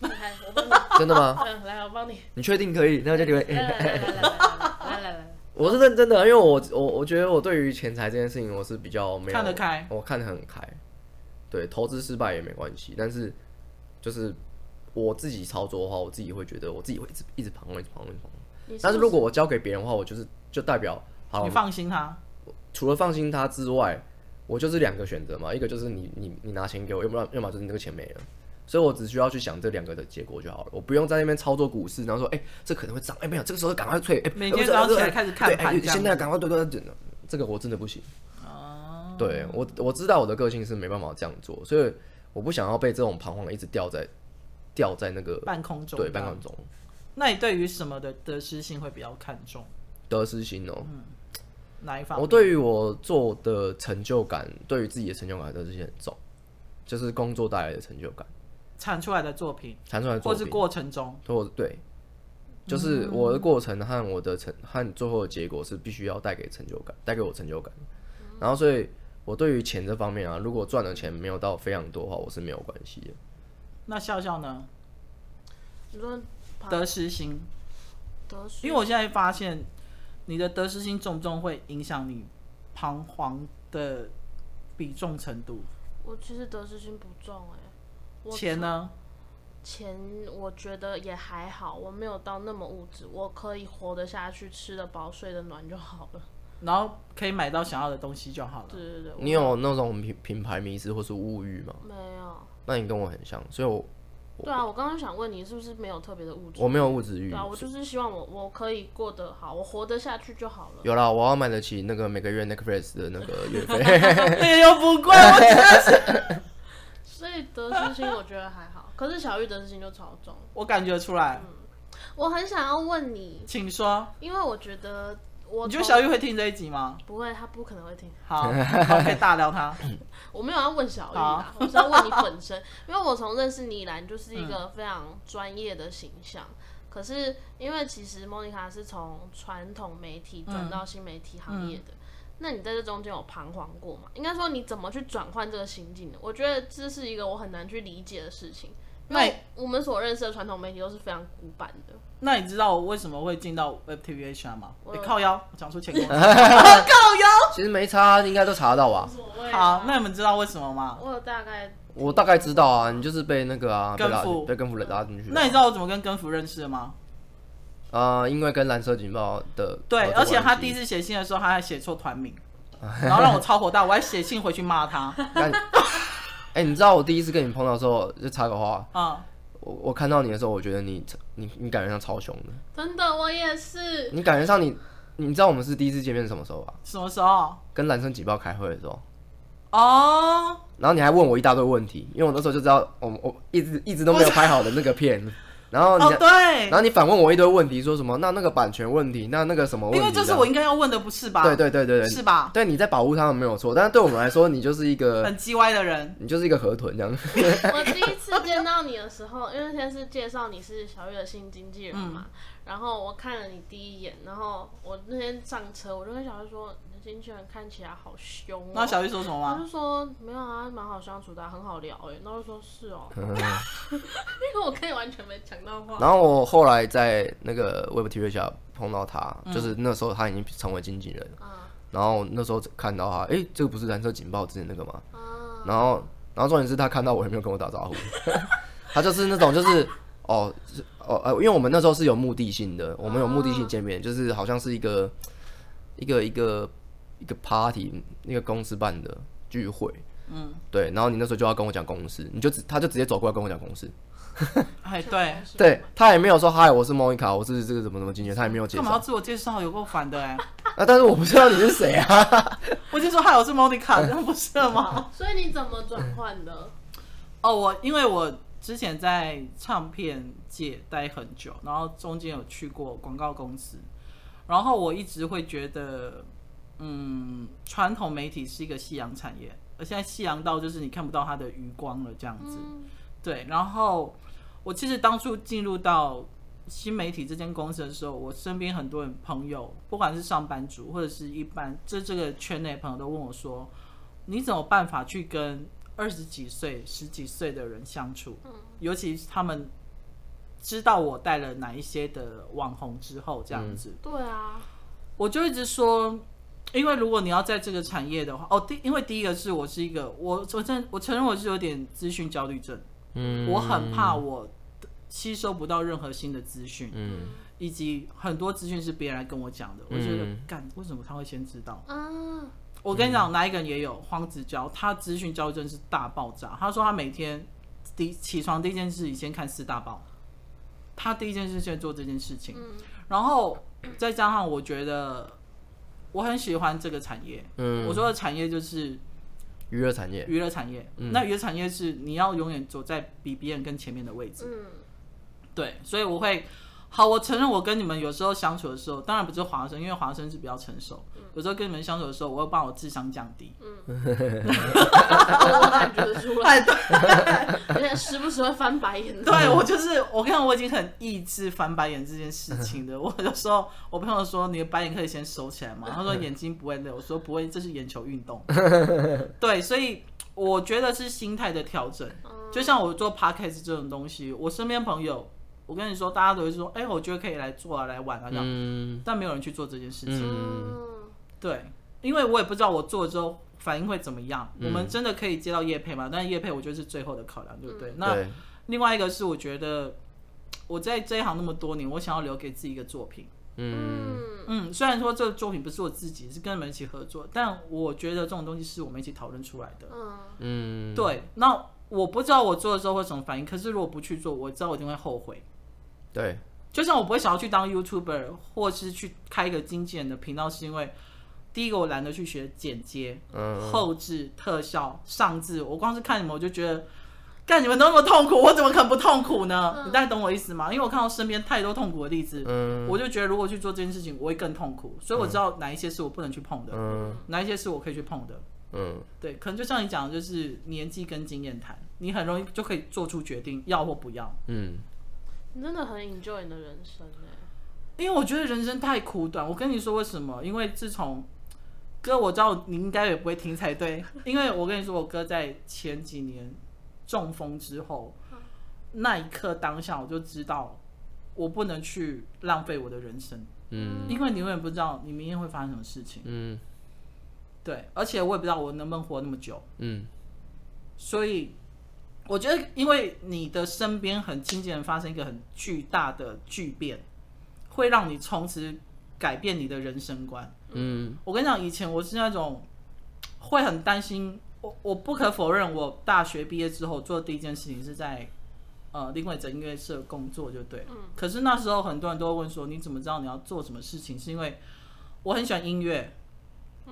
你看，我帮你，真的吗？嗯，来，我帮你， 你确定可以？那就哎留来言。来来来来来来来来，我是认真的，因为我我我觉得我对于钱财这件事情我是比较没有看得开我看得很开。对，投资失败也没关系，但是就是我自己操作的话，我自己会觉得我自己会一直一直彷徨，一直彷徨，一直彷徨。你但是是如果我交给别人的话，我就是就代表好你放心他，除了放心他之外，我就是两个选择嘛，一个就是你你你拿钱给我，要不然要么就是你这个钱没了。所以我只需要去想这两个的结果就好了，我不用在那边操作股市，然后说，哎、这可能会涨，哎、没有，这个时候赶快退，哎、每天这个时候早上起来开始看对盘哎这样现在赶快对对对，这个我真的不行。哦，对我我知道我的个性是没办法这样做，所以我不想要被这种彷徨一直吊在吊在那个半空中对半空中那你对于什么的得失心会比较看重？得失心哦。哪一方面？我对于我做的成就感，对于自己的成就感得失心很重，就是工作带来的成就感，产出来的作品，产出来的呃作或品是过程中，对我对，就是我嗯的过程和我的成和最后的结果是必须要带给成就感，带给我成就感。然后，所以我对于钱这方面啊，如果赚的钱没有到非常多的话，我是没有关系的。那笑笑呢？你说得失心，得因为我现在发现你的得失心重不重会影响你彷徨的比重程度。我其实得失心不重哎、我钱呢？钱我觉得也还好，我没有到那么物质，我可以活得下去，吃得饱，睡得暖就好了。然后可以买到想要的东西就好了。对对对，我你有那种品品牌迷失或是物欲吗？没有？那你跟我很像，所以我对啊，我刚刚想问你是不是没有特别的物质？我没有物质欲对。啊，我就是希望我我可以过得好，我活得下去就好了。有啦，我要买得起那个每个月 Netflix 的那个月费。 那个哎又不贵，我觉得所以得失心我觉得还好，可是小玉得失心就超重。我感觉出来，我很想要问你，请说。嗯因为我觉得我你觉得从小玉会听这一集吗？不会，他不可能会听。好，好可以大聊 他。我没有要问小玉啦，我是要问你本身，因为我从认识你以来，你就是一嗯个非常专业的形象。可是因为其实莫妮卡是从传统媒体嗯转到新媒体行业的，那你在这中间有彷徨过吗？应该说你怎么去转换这个心境的？我觉得这是一个我很难去理解的事情。因为我们所认识的传统媒体都是非常古板的，那你知道我为什么会进到 Web TV HR 吗？我欸靠腰，我讲出 前公司。其实没差，啊应该都查得到吧？好，那你们知道为什么吗？我有大概我大概知道啊，你就是被那个啊，被跟拉服被跟服拉进去。那你知道我怎么跟根福认识的吗？啊，因为跟蓝色警报的对，合作而且他关系第一次写信的时候，他还写错团 名，然后让我超火大，我还写信回去骂他。但哎、你知道我第一次跟你碰到的时候，就插个话，嗯，我我看到你的时候，我觉得你你你感觉上超凶的，真的我也是，你感觉上你你知道我们是第一次见面是什么时候吧？什么时候？跟蓝生警报开会的时候，哦，然后你还问我一大堆问题，因为我那时候就知道我我一直一直都没有拍好的那个片，然后你、哦，对然，后你反问我一堆问题，说什么那那个版权问题，那那个什么问因题，为这是我应该要问的，不是吧？对对对对对，是吧？对你在保护他们没有错，但是对我们来说，你就是一个很叽歪的人，你就是一个河豚这 样。我第一次见到你的时候，因为先是介绍你是小月的新经纪人嘛，嗯然后我看了你第一眼，然后我那天上车，我就跟小月说，你的经纪人看起来好凶、哦。然后小玉说什么他吗？就说没有啊，蛮好相处的啊、很好聊哎、然后我就说是哦， 因为我可以完全没讲到话。然后我后来在那个 Web TV 下碰到他，嗯就是那时候他已经成为经纪人，啊然后那时候看到他，诶，这个不是蓝色警报之前那个吗？啊，然后，然后重点是他看到我也没有跟我打招呼， 他就是那种就是哦是哦呃，因为我们那时候是有目的性的，我们有目的性见面，就是好像是一个一个一个一个 party，那个公司办的聚会。嗯，对，然后你那时候就要跟我讲公司，你就直他就直接走过来跟我讲公司，哎，对，对他也没有说嗨，我是莫妮卡，我是这个怎么怎么经纪人，他也没有介干嘛要绍。自我介绍？有够烦的哎！ 啊，但是我不知道你是谁啊。我就说嗨，我是 Monica，这样不是吗？哦所以你怎么转换的？哦，我因为我之前在唱片界待很久，然后中间有去过广告公司，然后我一直会觉得，嗯，传统媒体是一个夕阳产业，而现在夕阳到就是你看不到它的余光了，这样子。对，然后我其实当初进入到新媒体这间公司的时候，我身边很多人朋友，不管是上班族或者是一般这这个圈内朋友，都问我说：“你怎么办法去跟二十几岁、十几岁的人相处？尤其是他们知道我带了哪一些的网红之后，这样子。对啊，我就一直说，因为如果你要在这个产业的话，哦，第因为第一个是我是一个，我我真我承认我是有点资讯焦虑症，嗯我很怕我吸收不到任何新的资讯，嗯以及很多资讯是别人来跟我讲的，我觉得嗯干为什么他会先知道？啊，我跟你讲，哪一个人也有黄子佼，他资讯焦虑症是大爆炸。他说他每天第起床第一件事情先看四大报，他第一件事先做这件事情，嗯然后再加上我觉得我很喜欢这个产业，嗯，我说的产业就是娱乐产业，娱乐产业，嗯那娱乐产业是你要永远走在比别人更前面的位置。 嗯，对，所以我会，好，我承认我跟你们有时候相处的时候，当然不是华生，因为华生是比较成熟。有时候跟你们相处的时候，我会把我智商降低。我感觉得出来， 哎，对，而且时不时会翻白眼。对嗯我就是，我跟你讲，我已经很抑制翻白眼这件事情的。我有时候，我朋友说你的白眼可以先收起来嘛，他说眼睛不会累，我说不会，这是眼球 运动。对，所以我觉得是心态的调整。就像我做 podcast 这种东西，我身边朋友，我跟你说，大家都会说，哎、我觉得可以来做啊，来玩啊，这样，嗯但没有人去做这件事情。嗯，嗯，对，因为我也不知道我做了之后反应会怎么样。我们真的可以接到叶配嘛？但叶配我觉得是最后的考量，对不对？那对，另外一个是我觉得我在这一行那么多年，我想要留给自己一个作品。嗯嗯，嗯，虽然说这个作品不是我自己，是跟你们一起合作，但我觉得这种东西是我们一起讨论出来的。嗯，嗯，对，那我不知道我做的时候会什么反应，可是如果不去做，我知道我一定会后悔。对，就像我不会想要去当 YouTuber，或是去开一个经纪人的频道，是因为第一个我懒得去学剪接，嗯，后置、特效、上字，我光是看你们我就觉得，干你们都那么痛苦，我怎么可能不痛苦呢？你大概懂我意思吗？因为我看到身边太多痛苦的例子，嗯我就觉得如果去做这件事情，我会更痛苦，所以我知道哪一些是我不能去碰的，嗯哪一些是我可以去碰的。嗯，对，可能就像你讲的，就是年纪跟经验谈，你很容易就可以做出决定，要或不要。嗯，你真的很 enjoy 你的人生哎。因为我觉得人生太苦短。我跟你说为什么？因为自从哥，我知道你应该也不会听才对。因为我跟你说，我哥在前几年中风之后，那一刻当下我就知道，我不能去浪费我的人生，嗯因为你永远不知道你明天会发生什么事情。嗯对，而且我也不知道我能不能活那么久。嗯所以我觉得，因为你的身边很亲近人发生一个很巨大的巨变，会让你从此改变你的人生观。嗯我跟你讲，以前我是那种会很担心，我我不可否认，我大学毕业之后做的第一件事情是在呃另外一整音乐社工作，就对了。可是那时候很多人都会问说，你怎么知道你要做什么事情？是因为我很喜欢音乐、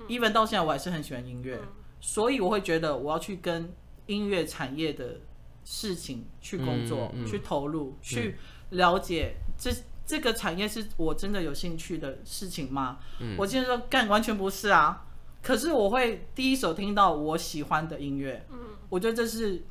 e v e n 到现在我还是很喜欢音乐，所以我会觉得我要去跟音乐产业的事情去工作、嗯嗯去投入、去了解这这个产业是我真的有兴趣的事情吗？嗯我今天说干完全不是啊，可是我会第一手听到我喜欢的音乐，嗯我觉得这是，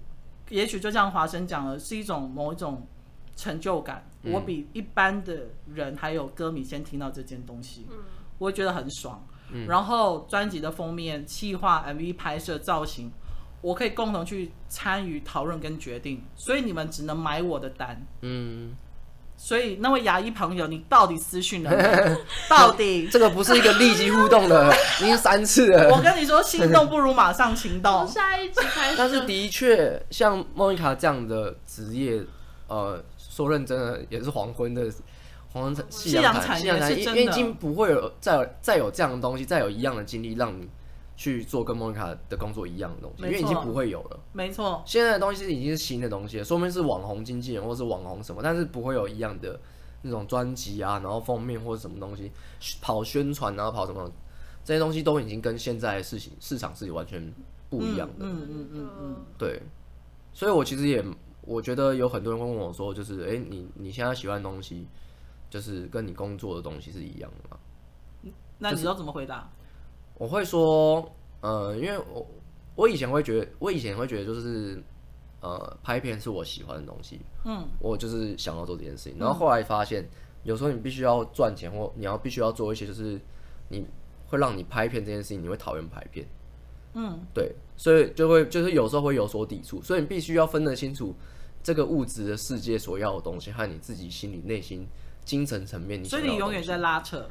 也许就像华生讲的，是一种某一种成就感。嗯我比一般的人还有歌迷先听到这件东西，嗯我会觉得很爽。嗯然后专辑的封面、企划、MV 拍摄、造型，我可以共同去参与讨论跟决定，所以你们只能买我的单。嗯，所以那位牙医朋友，你到底私讯 了没？到底？这个不是一个立即互动的，已经三次了。我跟你说，心动不如马上行从 动。下一集开始，但是的确，像莫妮卡这样的职业，呃，说认真的也是黄昏的黄昏夕夕阳产产夕阳业产是业，因真为已的经不会有再有再有这样的东西，再有一样的经历让你去做跟莫妮卡的工作一样的东西，因为没已错经不会有了。没错，现在的东西已经是新的东西了，说明是网红经纪人或是网红什么，但是不会有一样的那种专辑啊，然后封面或者什么东西跑宣传，然后跑什么这些东西都已经跟现在的事情市场是完全不一样的。嗯嗯嗯嗯对，所以我其实也我觉得有很多人会问我说，就是哎、诶你你现在喜欢的东西，就是跟你工作的东西是一样的吗？嗯，那你要怎么回答？我会说，呃，因为我我以前会觉得，我以前会觉得就是，呃，拍片是我喜欢的东西，嗯，我就是想要做这件事情。然后后来发现，有时候你必须要赚钱，或你要必须要做一些，就是你会让你拍片这件事情，你会讨厌拍片。嗯，对，所以就会就是有时候会有所抵触，所以你必须要分得清楚这个物质的世界所要的东西和你自己心里内心精神层面你所想要以的你东西。永远在拉扯。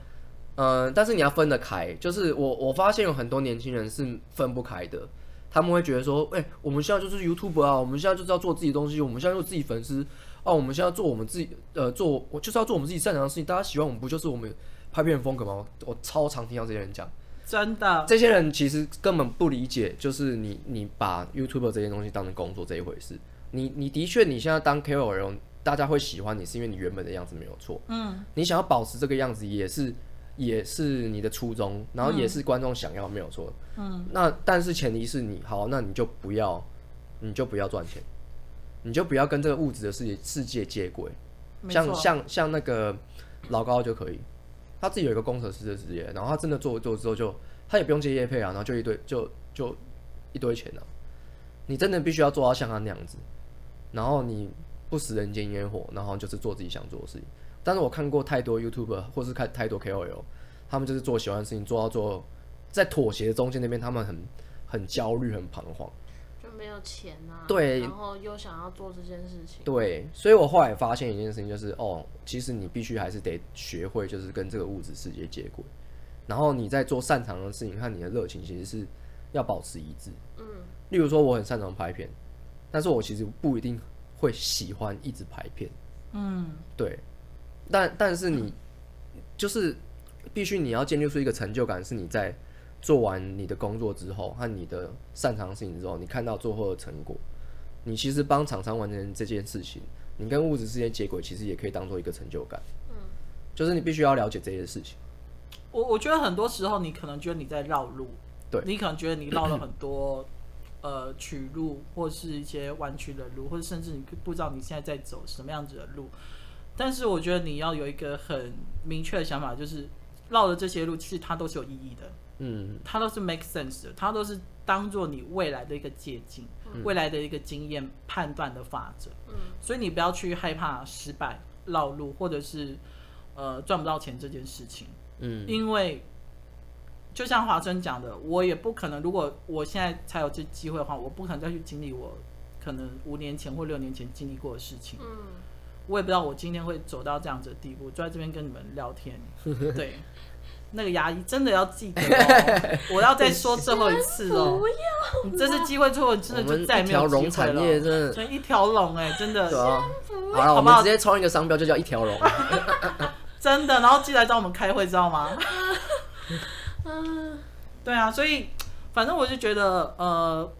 嗯，但是你要分得开，就是我我发现有很多年轻人是分不开的，他们会觉得说，哎、我们现在就是 YouTube 啊，我们现在就是要做自己的东西，我们现在有自己粉丝啊，我们现在做我们自己，呃，做我就是要做我们自己擅长的事情，大家喜欢我们不就是我们拍片的风格吗？我我超常听到这些人讲，真的，这些人其实根本不理解，就是你你把 YouTube 这些东西当成工作这一回事，你你的确你现在当 KOL，大家会喜欢你是因为你原本的样子没有错，嗯，你想要保持这个样子也是也是你的初衷，然后也是观众想要，没有错。嗯，那但是前提是你好，那你就不要，你就不要赚钱，你就不要跟这个物质的世界世界接轨。没像错，像像那个老高就可以，他自己有一个工程师的职业，然后他真的做做之后就他也不用接业配啊，然后就一堆就就一堆钱啊。你真的必须要做到像他那样子，然后你不食人间烟火，然后就是做自己想做的事情。但是我看过太多 YouTuber 或是看太多 KOL，他们就是做喜欢的事情，做到最后在妥协的中间那边，他们很很焦虑、很彷徨。就没有钱啊，对然后又想要做这件事情，对，所以我后来发现一件事情，就是哦，其实你必须还是得学会，就是跟这个物质世界接轨。然后你在做擅长的事情和你的热情，其实是要保持一致。嗯，例如说，我很擅长拍片，但是我其实不一定会喜欢一直拍片。嗯，对，但但是你就是必须你要建立出一个成就感，是你在做完你的工作之后和你的擅长的事情之后，你看到最后的成果，你其实帮厂商完成这件事情，你跟物质之间接轨，其实也可以当做一个成就感。嗯，就是你必须要了解这些事情。我我觉得很多时候你可能觉得你在绕路，对你可能觉得你绕了很多呃曲路，或是一些弯曲的路，或者甚至你不知道你现在在走什么样子的路。但是我觉得你要有一个很明确的想法，就是绕的这些路其实它都是有意义的，嗯，它都是 make sense 的，它都是当做你未来的一个借鉴，嗯未来的一个经验判断的法则。嗯，所以你不要去害怕失败、绕路，或者是呃赚不到钱这件事情。嗯，因为就像华生讲的，我也不可能，如果我现在才有这机会的话，我不可能再去经历我可能五年前或六年前经历过的事情。嗯，我也不知道我今天会走到这样子的地步，就在这边跟你们聊天。对，嗯 那个牙医真的要记得哦，我要再说最后一次 哦不。要，你这次机会错，你真我的们就一再也没条有龙机会产业了。真的，所以一条龙哎、真对的啊。好了，好我不们好啊直接创一个商标，就叫一条龙。真的，然后记得来找我们开会，知道吗？嗯，对啊，所以反正我就觉得，呃，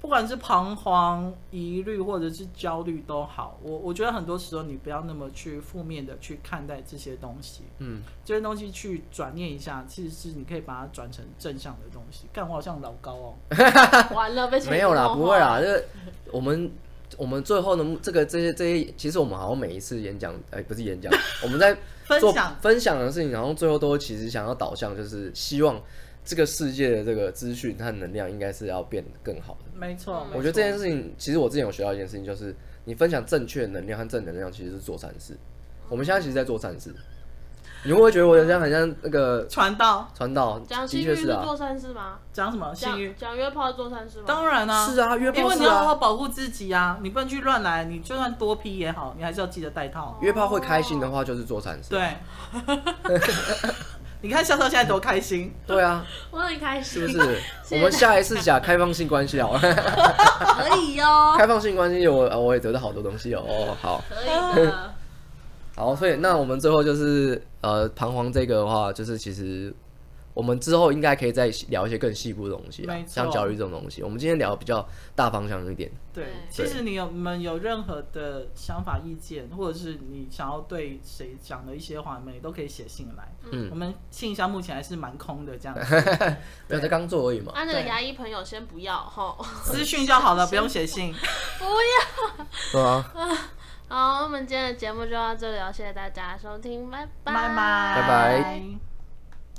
不管是彷徨、疑虑或者是焦虑都好，我我觉得很多时候你不要那么去负面的去看待这些东西，嗯，这些东西去转念一下，其实是你可以把它转成正向的东西。干，我好像老高哦，完了被没有啦，不会啦，了，这我们我们最后的目这个这些这些，其实我们好像每一次演讲，哎、不是演讲，我们在 分做享分享的事情，然后最后都其实想要导向，就是希望这个世界的这个资讯和能量应该是要变得更好的。没错，嗯我觉得这件事事情，其实我之前有学到一件事情，就是你分享正确的能量和正能量，其实是做善事。我们现在其实在做善事，你会不会觉得我好像很像那个传道传道？讲的幸确运是是啊做，善事吗？讲什么幸运讲？讲约炮是做善事吗？当然啊，是啊，约因炮为你是要好啊，好保护自己啊，你不能去乱来，你就算多批也好，你还是要记得带套。约炮会开心的话就是做善事。 对，你看笑笑现在多开心，对啊，我很开是心，不是？我们下一次讲开放性关系好 了，可以哦哟，开放性关系我呃我也得到好多东西哦。哦，好 可以的，好，所以那我们最后就是呃，彷徨这个的话，就是其实我们之后应该可以再聊一些更细部的东西啊没，错像焦虑这种东西。我们今天聊比较大方向一点，对对，其实你有你们有任何的想法、意见，或者是你想要对谁讲的一些话，你们也都可以写信来。嗯我们信箱目前还是蛮空的，这样 没有才刚做而已嘛。啊，那个对牙医朋友先不要吼，私讯就好了，不用写信。不要。对啊，好，我们今天的节目就到这里哦，谢谢大家收听，拜拜，拜拜，拜拜。